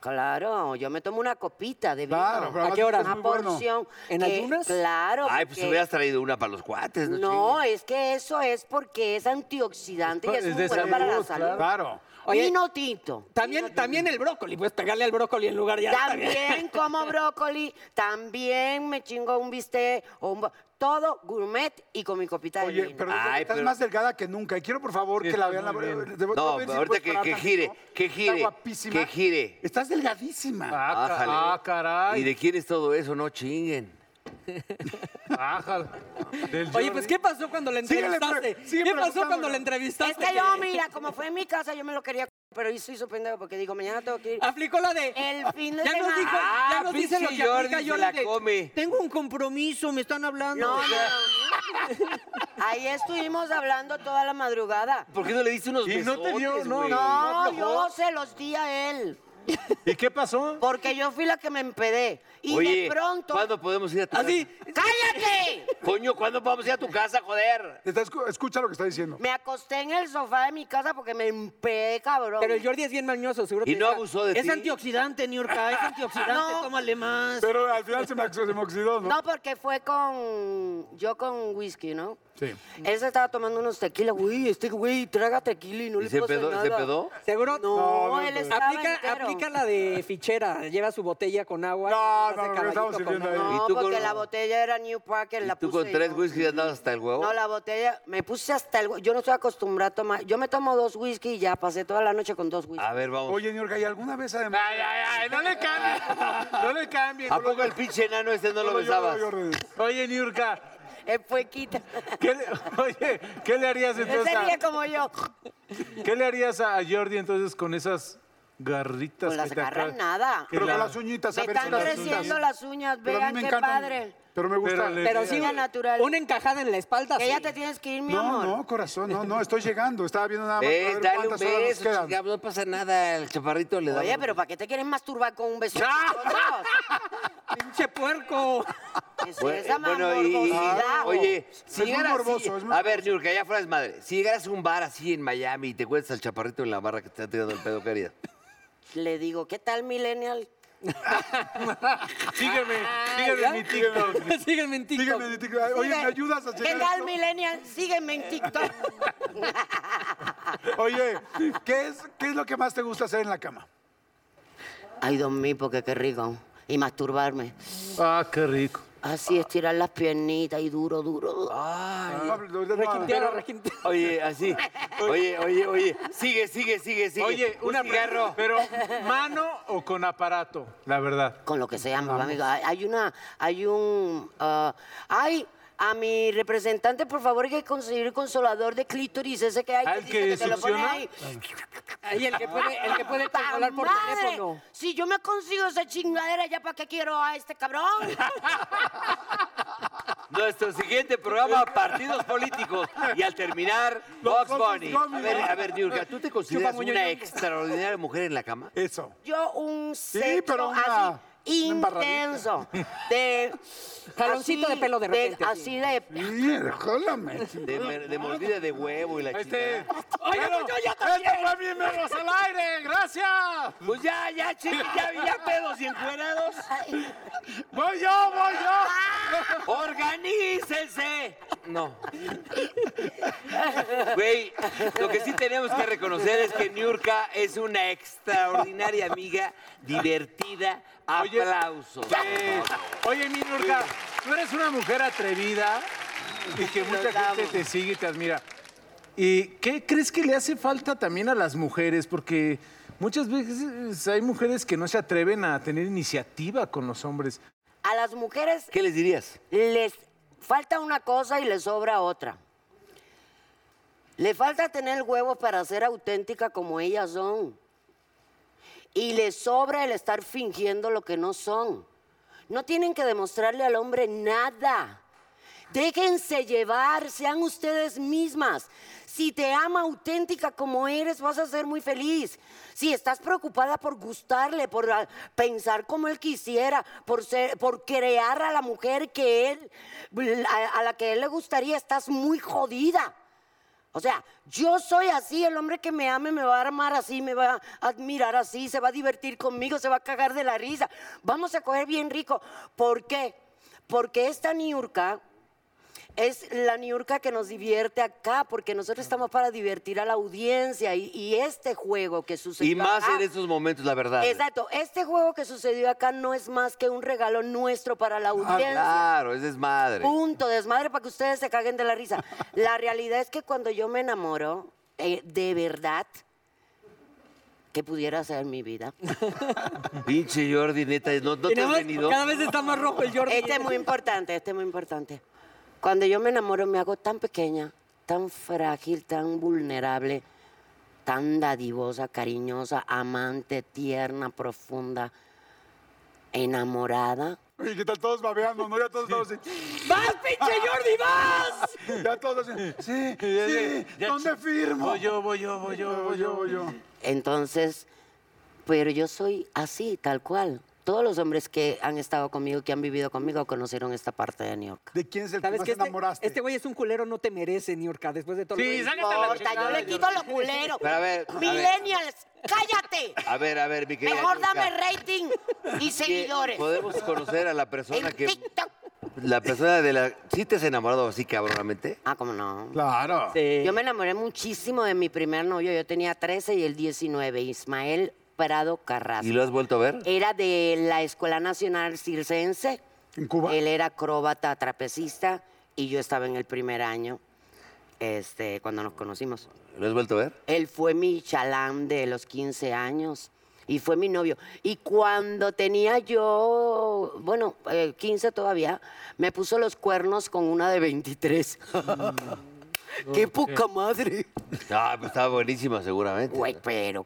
S7: Claro, yo me tomo una copita de vino.
S1: Claro, pero
S3: ¿A qué hora?
S1: es
S7: Una
S1: muy bueno.
S7: porción.
S3: ¿En
S7: que-
S3: ayunas?
S7: Claro.
S4: Ay, pues
S7: porque-
S4: hubieras traído una para los cuates, ¿no?
S7: No,
S4: chingues?
S7: es que eso es porque es antioxidante y es,
S2: es
S7: muy
S2: de
S7: bueno para la
S2: salud,
S7: salud.
S1: Claro.
S3: Oye,
S7: Vino tinto.
S3: También, también el brócoli, pues pegarle al brócoli en lugar ya.
S7: También como brócoli, también me chingo un bistec, o un bo- todo gourmet y con mi copita de
S1: Oye,
S7: vino.
S1: pero
S4: Ay,
S1: estás
S4: pero-
S1: más delgada que nunca. Y quiero, por favor,
S2: Sí,
S1: que la
S2: estás
S1: vean. La...
S2: muy bien.
S1: Debo-
S4: No,
S1: a ver si
S4: ahorita
S2: pues,
S1: puedes
S4: que-
S1: parar
S4: que
S1: tantito.
S4: gire, que
S1: Está
S4: gire,
S1: guapísima.
S4: que gire.
S1: Estás delgadísima.
S2: Ah, ca-
S4: Ájale.
S2: ah, caray.
S4: ¿Y de quién es todo eso? No chinguen.
S2: Ájale. Del
S6: Oye,
S2: Jordi.
S6: pues, ¿qué pasó cuando la
S1: Síguele,
S6: entrevistaste?
S1: pre- sigue
S6: ¿Qué pasó
S1: preguntándole.
S6: cuando la entrevistaste?
S7: Es que yo, mira, como fue en mi casa, yo me lo quería, c- pero yo soy su pendejo porque digo, mañana tengo que ir.
S6: Aplicó la de...
S7: El fin de
S6: Ya nos
S7: semana.
S6: dijo,
S4: Ah,
S6: ya nos dice lo que
S4: pinche Jordi
S6: aplica
S4: se
S6: Jordi
S4: la
S6: de,
S4: come.
S6: Tengo un compromiso, me están hablando.
S7: No, no, no. Ahí estuvimos hablando toda la madrugada.
S4: ¿Por qué no le diste unos
S2: Y no te dio,
S4: besotes,
S2: no,
S4: güey?
S2: no.
S7: No,
S2: aflojó?
S7: yo se los di a él.
S2: ¿Y qué pasó?
S7: Porque yo fui la que me empedé. Y
S4: Oye,
S7: de pronto.
S4: ¿cuándo podemos ir a tu
S6: Así,
S4: casa?
S7: ¡Cállate!
S4: Coño, ¿cuándo podemos ir a tu casa, joder?
S1: Está- escu- Escucha lo que está diciendo.
S7: Me acosté en el sofá de mi casa porque me empedé, cabrón.
S6: pero el Jordi es bien mañoso, seguro
S4: ¿Y
S6: te
S4: no
S6: dirá,
S4: abusó de
S6: Es
S4: ti?
S6: antioxidante, Niurka, es antioxidante,
S7: No.
S6: tómale más.
S1: Pero al final se me, se me oxidó, ¿no?
S7: No, porque fue con. Yo con whisky, ¿no?
S1: Sí.
S7: Él se estaba tomando unos tequilas. Güey, este güey traga tequila y no
S4: ¿Y
S7: le
S4: se
S7: pasa
S4: pedó?
S7: nada.
S4: ¿Se pedó?
S6: Seguro...
S7: No,
S1: No,
S7: él
S1: no,
S7: estaba
S6: Aplica,
S7: entero.
S6: aplica la de fichera, lleva su botella con agua.
S1: No,
S6: y
S1: no,
S6: hace
S1: no,
S6: caballito
S1: estamos
S6: con
S1: sirviendo
S6: agua.
S4: ¿Y
S7: No,
S4: tú
S7: porque
S4: con-
S7: la botella era New Packer, la
S4: ¿Y tú
S7: puse
S4: con tres
S7: yo.
S4: whisky andabas hasta el huevo?
S7: No, la botella, me puse hasta el... hue- Yo no estoy acostumbrada a tomar... Yo me tomo dos whisky y ya pasé toda la noche con dos whisky.
S4: A ver, vamos.
S1: Oye, Niurka, ¿y alguna vez además?
S2: Ay, ay, ay, no le cambies. No le cambies.
S4: ¿A poco el pinche enano este no lo
S1: Solo yo,
S4: besabas?
S1: Jordi.
S2: Oye, Niurka,
S7: Es puequita.
S2: ¿qué le, oye, ¿qué le harías
S7: Él
S2: entonces? ah,
S7: sería
S2: a-
S7: como yo.
S2: ¿Qué le harías a Jordi entonces con esas garritas
S7: Con Pues las
S2: que te
S7: garras,
S2: acabas-
S7: nada.
S2: que
S1: Pero
S2: la-
S1: con las uñitas,
S7: Me
S1: a ver si
S7: están
S1: las
S7: creciendo
S1: uñas.
S7: las uñas,
S1: Pero a mí
S7: vean
S1: me
S7: qué
S1: encantan.
S7: padre.
S1: Pero me gusta.
S2: Pero le-
S6: Pero sí,
S7: Siga natural.
S6: una encajada en la espalda.
S7: Que
S6: sí.
S7: ya te tienes que ir, mi
S1: No,
S7: amor.
S1: no, corazón, no, no, estoy llegando. Estaba viendo nada más. para
S4: Ves,
S1: ver
S4: Eh, dale un
S1: cuántas horas nos
S4: beso,
S1: quedan.
S4: chingado, no pasa nada, el chaparrito le da
S7: Oye,
S4: un-
S7: pero ¿para qué te quieres masturbar con un beso?
S6: ¡Pinche puerco!
S7: Es
S4: Bueno,
S7: pues,
S4: eh,
S7: esa
S4: bueno, y- y-
S7: morbosidad.
S4: oye, si
S1: Es muy
S4: llegaras,
S1: morboso, es muy
S4: a ver, Niurka, ya fuera madre. Si llegaras a un bar así en Miami y te encuentras al chaparrito en la barra que te está tirando el pedo, ¿qué harías?
S7: Le digo, ¿qué tal, millennial?
S2: Sígueme, sígueme en mi TikTok.
S6: Sígueme en TikTok.
S1: Sígueme en TikTok. Oye, ¿me
S7: Sigue.
S1: ayudas a
S7: ¿Qué
S1: llegar
S7: tal, Millennial? Sígueme en TikTok.
S1: Oye, ¿qué es, ¿qué es lo que más te gusta hacer en la cama?
S7: Ay, dormí, porque qué rico. Y masturbarme.
S2: Ah, qué rico.
S7: Así, estirar las piernitas y duro, duro, duro. Ah,
S1: Pablo, no, no,
S3: Requinteado, requinteado.
S4: Oye, así. Oye, oye, oye. Sigue, sigue, sigue, sigue.
S2: Oye,
S4: un
S2: una
S4: cigarro.
S2: Pero, ¿mano o con aparato? La verdad.
S7: con lo que sea, mamá, amiga. Hay- Hay una, hay un, ah, ay, a mi representante, por favor, hay que conseguir el consolador de clítoris ese que hay.
S2: ¿Ah, el
S7: dice
S2: que
S7: te lo pone
S2: succiona?
S7: ahí.
S3: Ahí el que puede, el que puede
S7: ¡Ta
S3: controlar por
S7: madre!
S3: teléfono.
S7: Si yo me consigo esa chingadera, ¿ya para qué quiero a este cabrón?
S4: Nuestro siguiente programa, partidos políticos. Y al terminar, Box Bunny. A ver, a ver, Niurka, ¿tú te consideras una extraordinaria mujer en la cama?
S1: Eso.
S7: Yo un sexo
S1: pero una-
S7: así
S1: una embarradita.
S7: intenso. De,
S3: Jaloncito de pelo de repente, así.
S7: así de
S1: Híjole,
S4: De, de mordida de huevo y la
S2: Este.
S4: chingada.
S2: Oye, pues yo ya también. Esto fue Miembros al aire, gracias.
S4: Pues ya, ya, chiqui, ya, ya pedos y encuerados.
S2: Voy yo, voy yo.
S4: Ah. ¡Organícense! No. Güey, lo que sí tenemos que reconocer es que Niurka es una extraordinaria amiga, divertida.
S2: Oye,
S4: Aplausos.
S2: Eh, oye, mi Nurka, tú eres una mujer atrevida y que mucha gente te sigue y te admira. ¿Y qué crees que le hace falta también a las mujeres? Porque muchas veces hay mujeres que no se atreven a tener iniciativa con los hombres.
S7: a las mujeres
S4: ¿Qué les dirías?
S7: les falta una cosa y les sobra otra. Le falta tener huevos para ser auténtica como ellas son. Y les sobra el estar fingiendo lo que no son. No tienen que demostrarle al hombre nada. Déjense llevar, sean ustedes mismas. Si te ama auténtica como eres, vas a ser muy feliz. Si estás preocupada por gustarle, por ah, pensar como él quisiera, por, ser, por crear a la mujer que él, a- a la que él le gustaría, estás muy jodida. O sea, yo soy así, el hombre que me ame me va a armar así, me va a admirar así, se va a divertir conmigo, se va a cagar de la risa. Vamos a coger bien rico. ¿Por qué? Porque esta niurca es la niurca que nos divierte acá, porque nosotros estamos para divertir a la audiencia y, y este juego que sucedió
S4: Y más
S7: acá-
S4: en estos momentos, la verdad.
S7: Exacto, este juego que sucedió acá no es más que un regalo nuestro para la audiencia.
S4: Ah,
S7: Uh.
S4: Claro, es desmadre.
S7: Punto, desmadre para que ustedes se caguen de la risa. La realidad es que cuando yo me enamoro, eh, de verdad, que pudiera ser mi vida.
S4: Pinche Jordi, neta, no, no
S3: Y
S4: te
S3: nada
S4: has
S3: más,
S4: venido.
S3: cada vez está más rojo el Jordi.
S7: Este es muy importante, este es muy importante. Cuando yo me enamoro me hago tan pequeña, tan frágil, tan vulnerable, tan dadivosa, cariñosa, amante, tierna, profunda, enamorada.
S1: Oye, ¿qué tal? Todos babeando, ¿no? Ya todos estamos así.
S3: ¡Vas, pinche Jordi, vas!
S1: Ya todos así. Sí, sí. ¿Dónde firmo?
S2: Voy yo, voy yo, voy yo, voy yo, voy yo.
S7: Entonces, pero yo soy así, tal cual. Todos los hombres que han estado conmigo, que han vivido conmigo, conocieron esta parte de New York.
S1: ¿De quién es el que
S3: ¿Sabes
S1: más te
S3: qué? Este-
S1: enamoraste?
S3: Este güey es un culero, no te merece, Niurka, después de todo lo que-
S7: No importa, yo le quito lo culero.
S4: Pero a ver, a ver.
S7: Millennials, cállate.
S4: A ver, a ver, mi querida.
S7: Mejor
S4: Niurka,
S7: dame rating y
S4: que
S7: seguidores.
S4: Podemos conocer a la persona
S7: En
S4: que.
S7: TikTok.
S4: La persona de la. ¿Sí te has enamorado así cabronamente?
S7: Ah, cómo no.
S1: Claro.
S3: Sí.
S7: Yo me enamoré muchísimo de mi primer novio. Yo tenía 13 y el 19, Ismael Prado Carrasco.
S4: ¿Y lo has vuelto a ver?
S7: Era de la Escuela Nacional Circense.
S1: ¿En Cuba?
S7: Él era acróbata, trapecista, y yo estaba en el primer año este, cuando nos conocimos.
S4: ¿Lo has vuelto a ver?
S7: Él fue mi chalán de los 15 años y fue mi novio. Y cuando tenía yo, bueno, eh, 15 todavía, me puso los cuernos con una de 23. ¡Qué poca madre!
S4: Ah, pues estaba buenísima seguramente.
S7: Güey, pero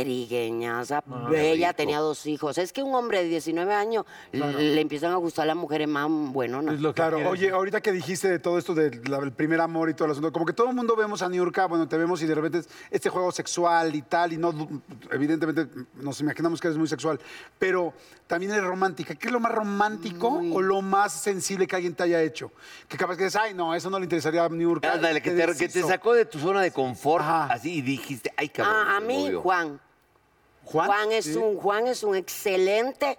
S7: trigueñaza, bella, tenía dos hijos. Es que un hombre de 19 años le empiezan a gustar las mujeres más buenonas.
S2: Es lo que
S1: Claro,
S2: quieres.
S1: oye, ahorita que dijiste de todo esto del la- el primer amor y todo el asunto, como que todo el mundo vemos a Niurka, bueno, te vemos y de repente es este juego sexual y tal, y no, du- evidentemente nos imaginamos que eres muy sexual, pero también eres romántica. ¿Qué es lo más romántico o lo más sensible que alguien te haya hecho? Que capaz que dices, ay, no, eso no le interesaría a Niurka.
S4: Ándale, que te, que te
S1: deshizo.
S4: sacó de tu zona de confort
S1: Ajá.
S4: así y dijiste, ay, cabrón.
S7: Ah, a
S4: me
S7: mí,
S4: movió.
S7: Juan.
S2: Juan,
S7: es
S2: sí.
S7: un Juan es un excelente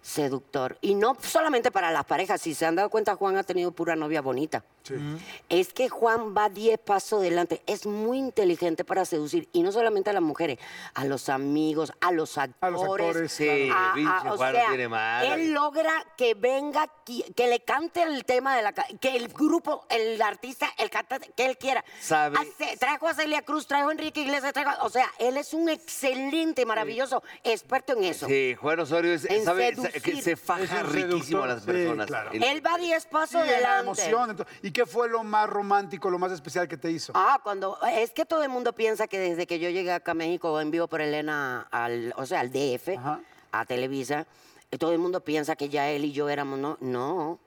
S7: seductor y no solamente para las parejas, si se han dado cuenta Juan ha tenido pura novia bonita. Mm. Es que Juan va 10 pasos delante, es muy inteligente para seducir y no solamente a las mujeres, a los amigos, a los actores.
S1: A los actores,
S4: Sí,
S7: a- a-
S4: pinche
S7: Ah, o
S4: Juan no
S7: sea,
S4: tiene madre.
S7: él logra que venga, qui- que le cante el tema de la ca- que el grupo, el artista, el cantante, que él quiera.
S4: Sabe-
S7: Hace- trajo a Celia Cruz, trajo a Enrique Iglesias, trajo, a- o sea, él es un excelente, maravilloso experto en eso.
S4: Sí, Juan Osorio es-
S7: En
S4: sabe, sa-
S7: seducir.
S4: que se faja
S2: Es un
S4: riquísimo a
S2: seductor,
S4: las
S2: sí,
S4: personas.
S2: claro.
S4: El-
S7: Él va 10
S1: Sí,
S7: pasos
S1: en la
S7: delante.
S1: emoción. ento- ¿Y qué fue lo más romántico, lo más especial que te hizo?
S7: Ah, cuando es que todo el mundo piensa que desde que yo llegué acá a México en vivo por Elena al, o sea, al DF,
S1: Ajá.
S7: a Televisa, eh, todo el mundo piensa que ya él y yo éramos no, no.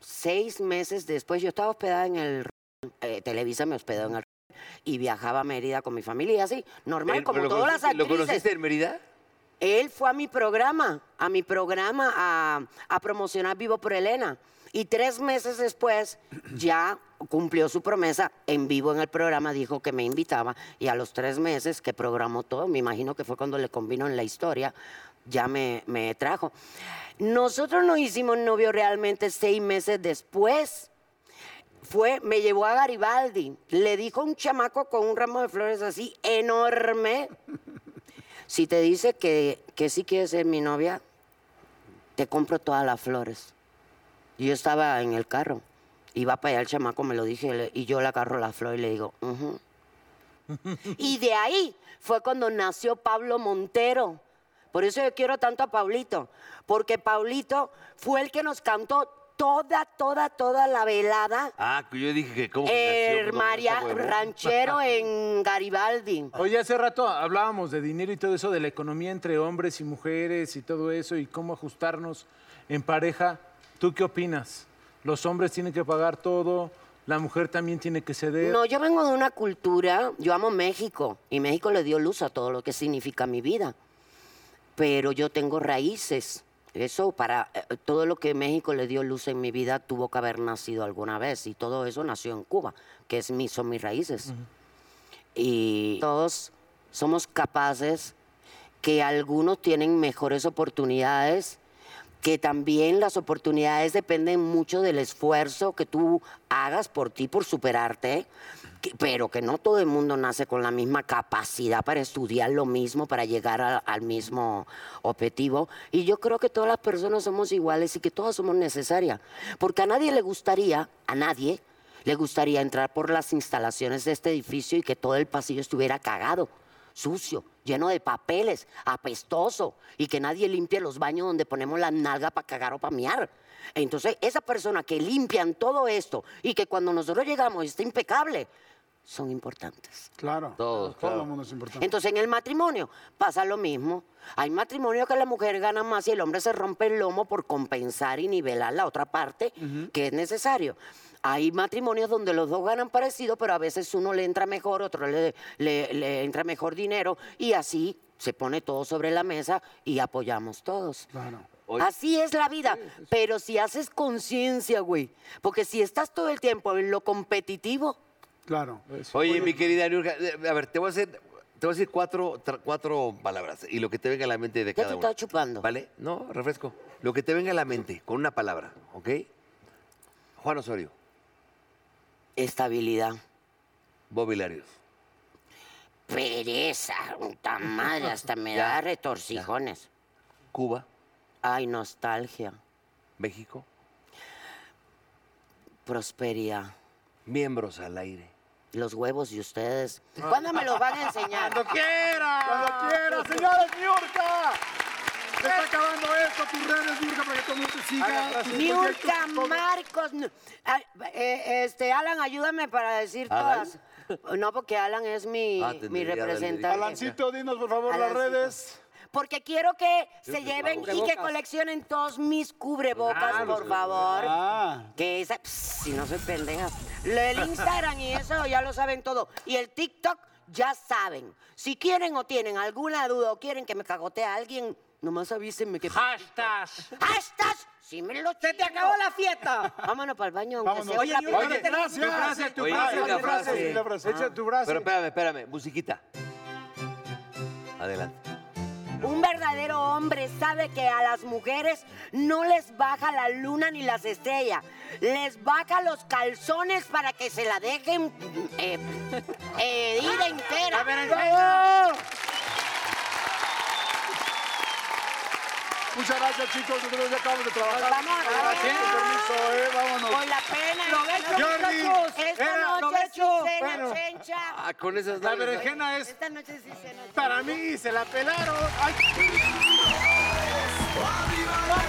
S7: Seis meses después yo estaba hospedada en el eh, Televisa me hospedó en el y viajaba a Mérida con mi familia y así, normal
S4: el-
S7: como
S4: ¿lo
S7: todas las
S4: conociste- ¿Lo
S7: actrices.
S4: conociste en Mérida?
S7: Él fue a mi programa, a mi programa a, a promocionar Vivo por Elena. Y tres meses después ya cumplió su promesa en vivo en el programa, dijo que me invitaba. Y a los tres meses que programó todo, me imagino que fue cuando le combinó en la historia, ya me, me trajo. Nosotros nos hicimos novio realmente seis meses después fue, me llevó a Garibaldi, le dijo a un chamaco con un ramo de flores así enorme. Si te dice que, que sí quieres ser mi novia, te compro todas las flores. Y Yo estaba en el carro, iba para allá el chamaco, me lo dije, le- y yo le agarro la flor y le digo, "Ujú". Y de ahí fue cuando nació Pablo Montero. Por eso yo quiero tanto a Paulito, porque Paulito fue el que nos cantó toda, toda, toda la velada
S4: Ah, que yo dije que cómo que nació,
S7: el
S4: pues, no,
S7: Eh, María
S4: está huevón.
S7: ranchero en Garibaldi.
S2: Oye, hace rato hablábamos de dinero y todo eso, de la economía entre hombres y mujeres y todo eso, y cómo ajustarnos en pareja. ¿Tú qué opinas? ¿Los hombres tienen que pagar todo? ¿La mujer también tiene que ceder?
S7: No, yo vengo de una cultura, yo amo México y México le dio luz a todo lo que significa mi vida, pero yo tengo raíces. Eso para eh, todo lo que México le dio luz en mi vida tuvo que haber nacido alguna vez y todo eso nació en Cuba, que es mi, son mis raíces. Y todos somos capaces que algunos tienen mejores oportunidades, que también las oportunidades dependen mucho del esfuerzo que tú hagas por ti, por superarte, que- pero que no todo el mundo nace con la misma capacidad para estudiar lo mismo, para llegar a- al mismo objetivo. Y yo creo que todas las personas somos iguales y que todas somos necesarias, porque a nadie le gustaría, a nadie, le gustaría entrar por las instalaciones de este edificio y que todo el pasillo estuviera cagado, sucio, lleno de papeles, apestoso, y que nadie limpie los baños donde ponemos la nalga para cagar o para miar. Entonces, esas personas que limpian todo esto y que cuando nosotros llegamos está impecable, son importantes.
S1: Claro.
S4: Todos,
S1: Todo
S4: claro.
S1: el mundo es importante.
S7: Entonces, en el matrimonio pasa lo mismo. Hay matrimonios que la mujer gana más y el hombre se rompe el lomo por compensar y nivelar la otra parte que es necesario. Hay matrimonios donde los dos ganan parecido, pero a veces uno le entra mejor, otro le, le- le entra mejor dinero y así se pone todo sobre la mesa y apoyamos todos.
S1: Claro.
S4: Oye.
S7: Así es la vida, pero si haces conciencia, güey, porque si estás todo el tiempo en lo competitivo,
S1: Claro.
S4: Oye, mi querida Nurka, eh, a ver, te voy a hacer, te voy a decir cuatro, tra- cuatro palabras y lo que te venga a la mente de
S7: ya
S4: cada
S7: te
S4: una.
S7: estás chupando.
S4: ¿Vale? No, refresco. Lo que te venga a la mente, con una palabra, ¿ok? Juan Osorio,
S7: Estabilidad.
S4: Bob Hilarios.
S7: pereza, puta madre, hasta me da retorcijones.
S4: Cuba,
S7: Ay, nostalgia,
S4: México,
S7: prosperidad,
S4: miembros al aire.
S7: los huevos de ustedes. ¿Cuándo me los van a enseñar?
S1: Cuando quiera, señores, Niurka. Se está acabando esto, tus redes, Niurka, para que todo el mundo te siga. tus proyectos,
S7: Niurka
S1: todo.
S7: Marcos. no- ah, eh, este, Alan, ayúdame para decir
S4: Alan.
S7: todas. No, porque Alan es mi,
S4: Ah, tendría
S7: mi
S4: que haberle
S7: representante.
S4: dicho.
S1: Alancito, dinos por favor las
S7: Alancito.
S1: redes.
S7: Porque quiero que
S4: Yo
S7: se
S4: te
S7: lleven
S4: pago.
S7: y que coleccionen todos mis cubrebocas, por favor.
S1: Ah.
S7: Que esa, pss, si no soy pendeja. Lo del Instagram y eso ya lo saben todo. Y el TikTok ya saben. Si quieren o tienen alguna duda o quieren que me cagotee a alguien, nomás avísenme que.
S6: Hashtags.
S7: ¡Hashtag! ¡Sí me lo ¡Se te acabó la fiesta! Vámonos para el baño, aunque
S1: Vámonos.
S7: sea
S1: Oye,
S7: rápido.
S1: Oye, gracias.
S2: Tu frase, tu
S4: Oye,
S2: frase,
S4: una
S2: tu frase.
S4: frase.
S1: Echa tu brazo.
S4: Pero espérame, espérame, musiquita. Adelante.
S7: Un verdadero hombre sabe que a las mujeres no les baja la luna ni las estrellas. Les baja los calzones para que se la dejen eh, eh, ir entera.
S1: Muchas gracias, chicos. Nosotros ya acabamos de trabajar.
S7: vamos,
S1: Gracias, con permiso, eh, vámonos.
S7: Con la pena.
S1: Jordi,
S7: Esta
S1: era-
S7: noche sí
S2: provecho.
S7: cena,
S2: Bueno.
S7: chencha.
S4: Ah, con esas
S2: La
S4: nalgas, ¿eh?
S2: berenjena es
S7: Esta noche sí cena, chencha.
S2: para mí, se la pelaron. Ay.
S8: ¡Arriba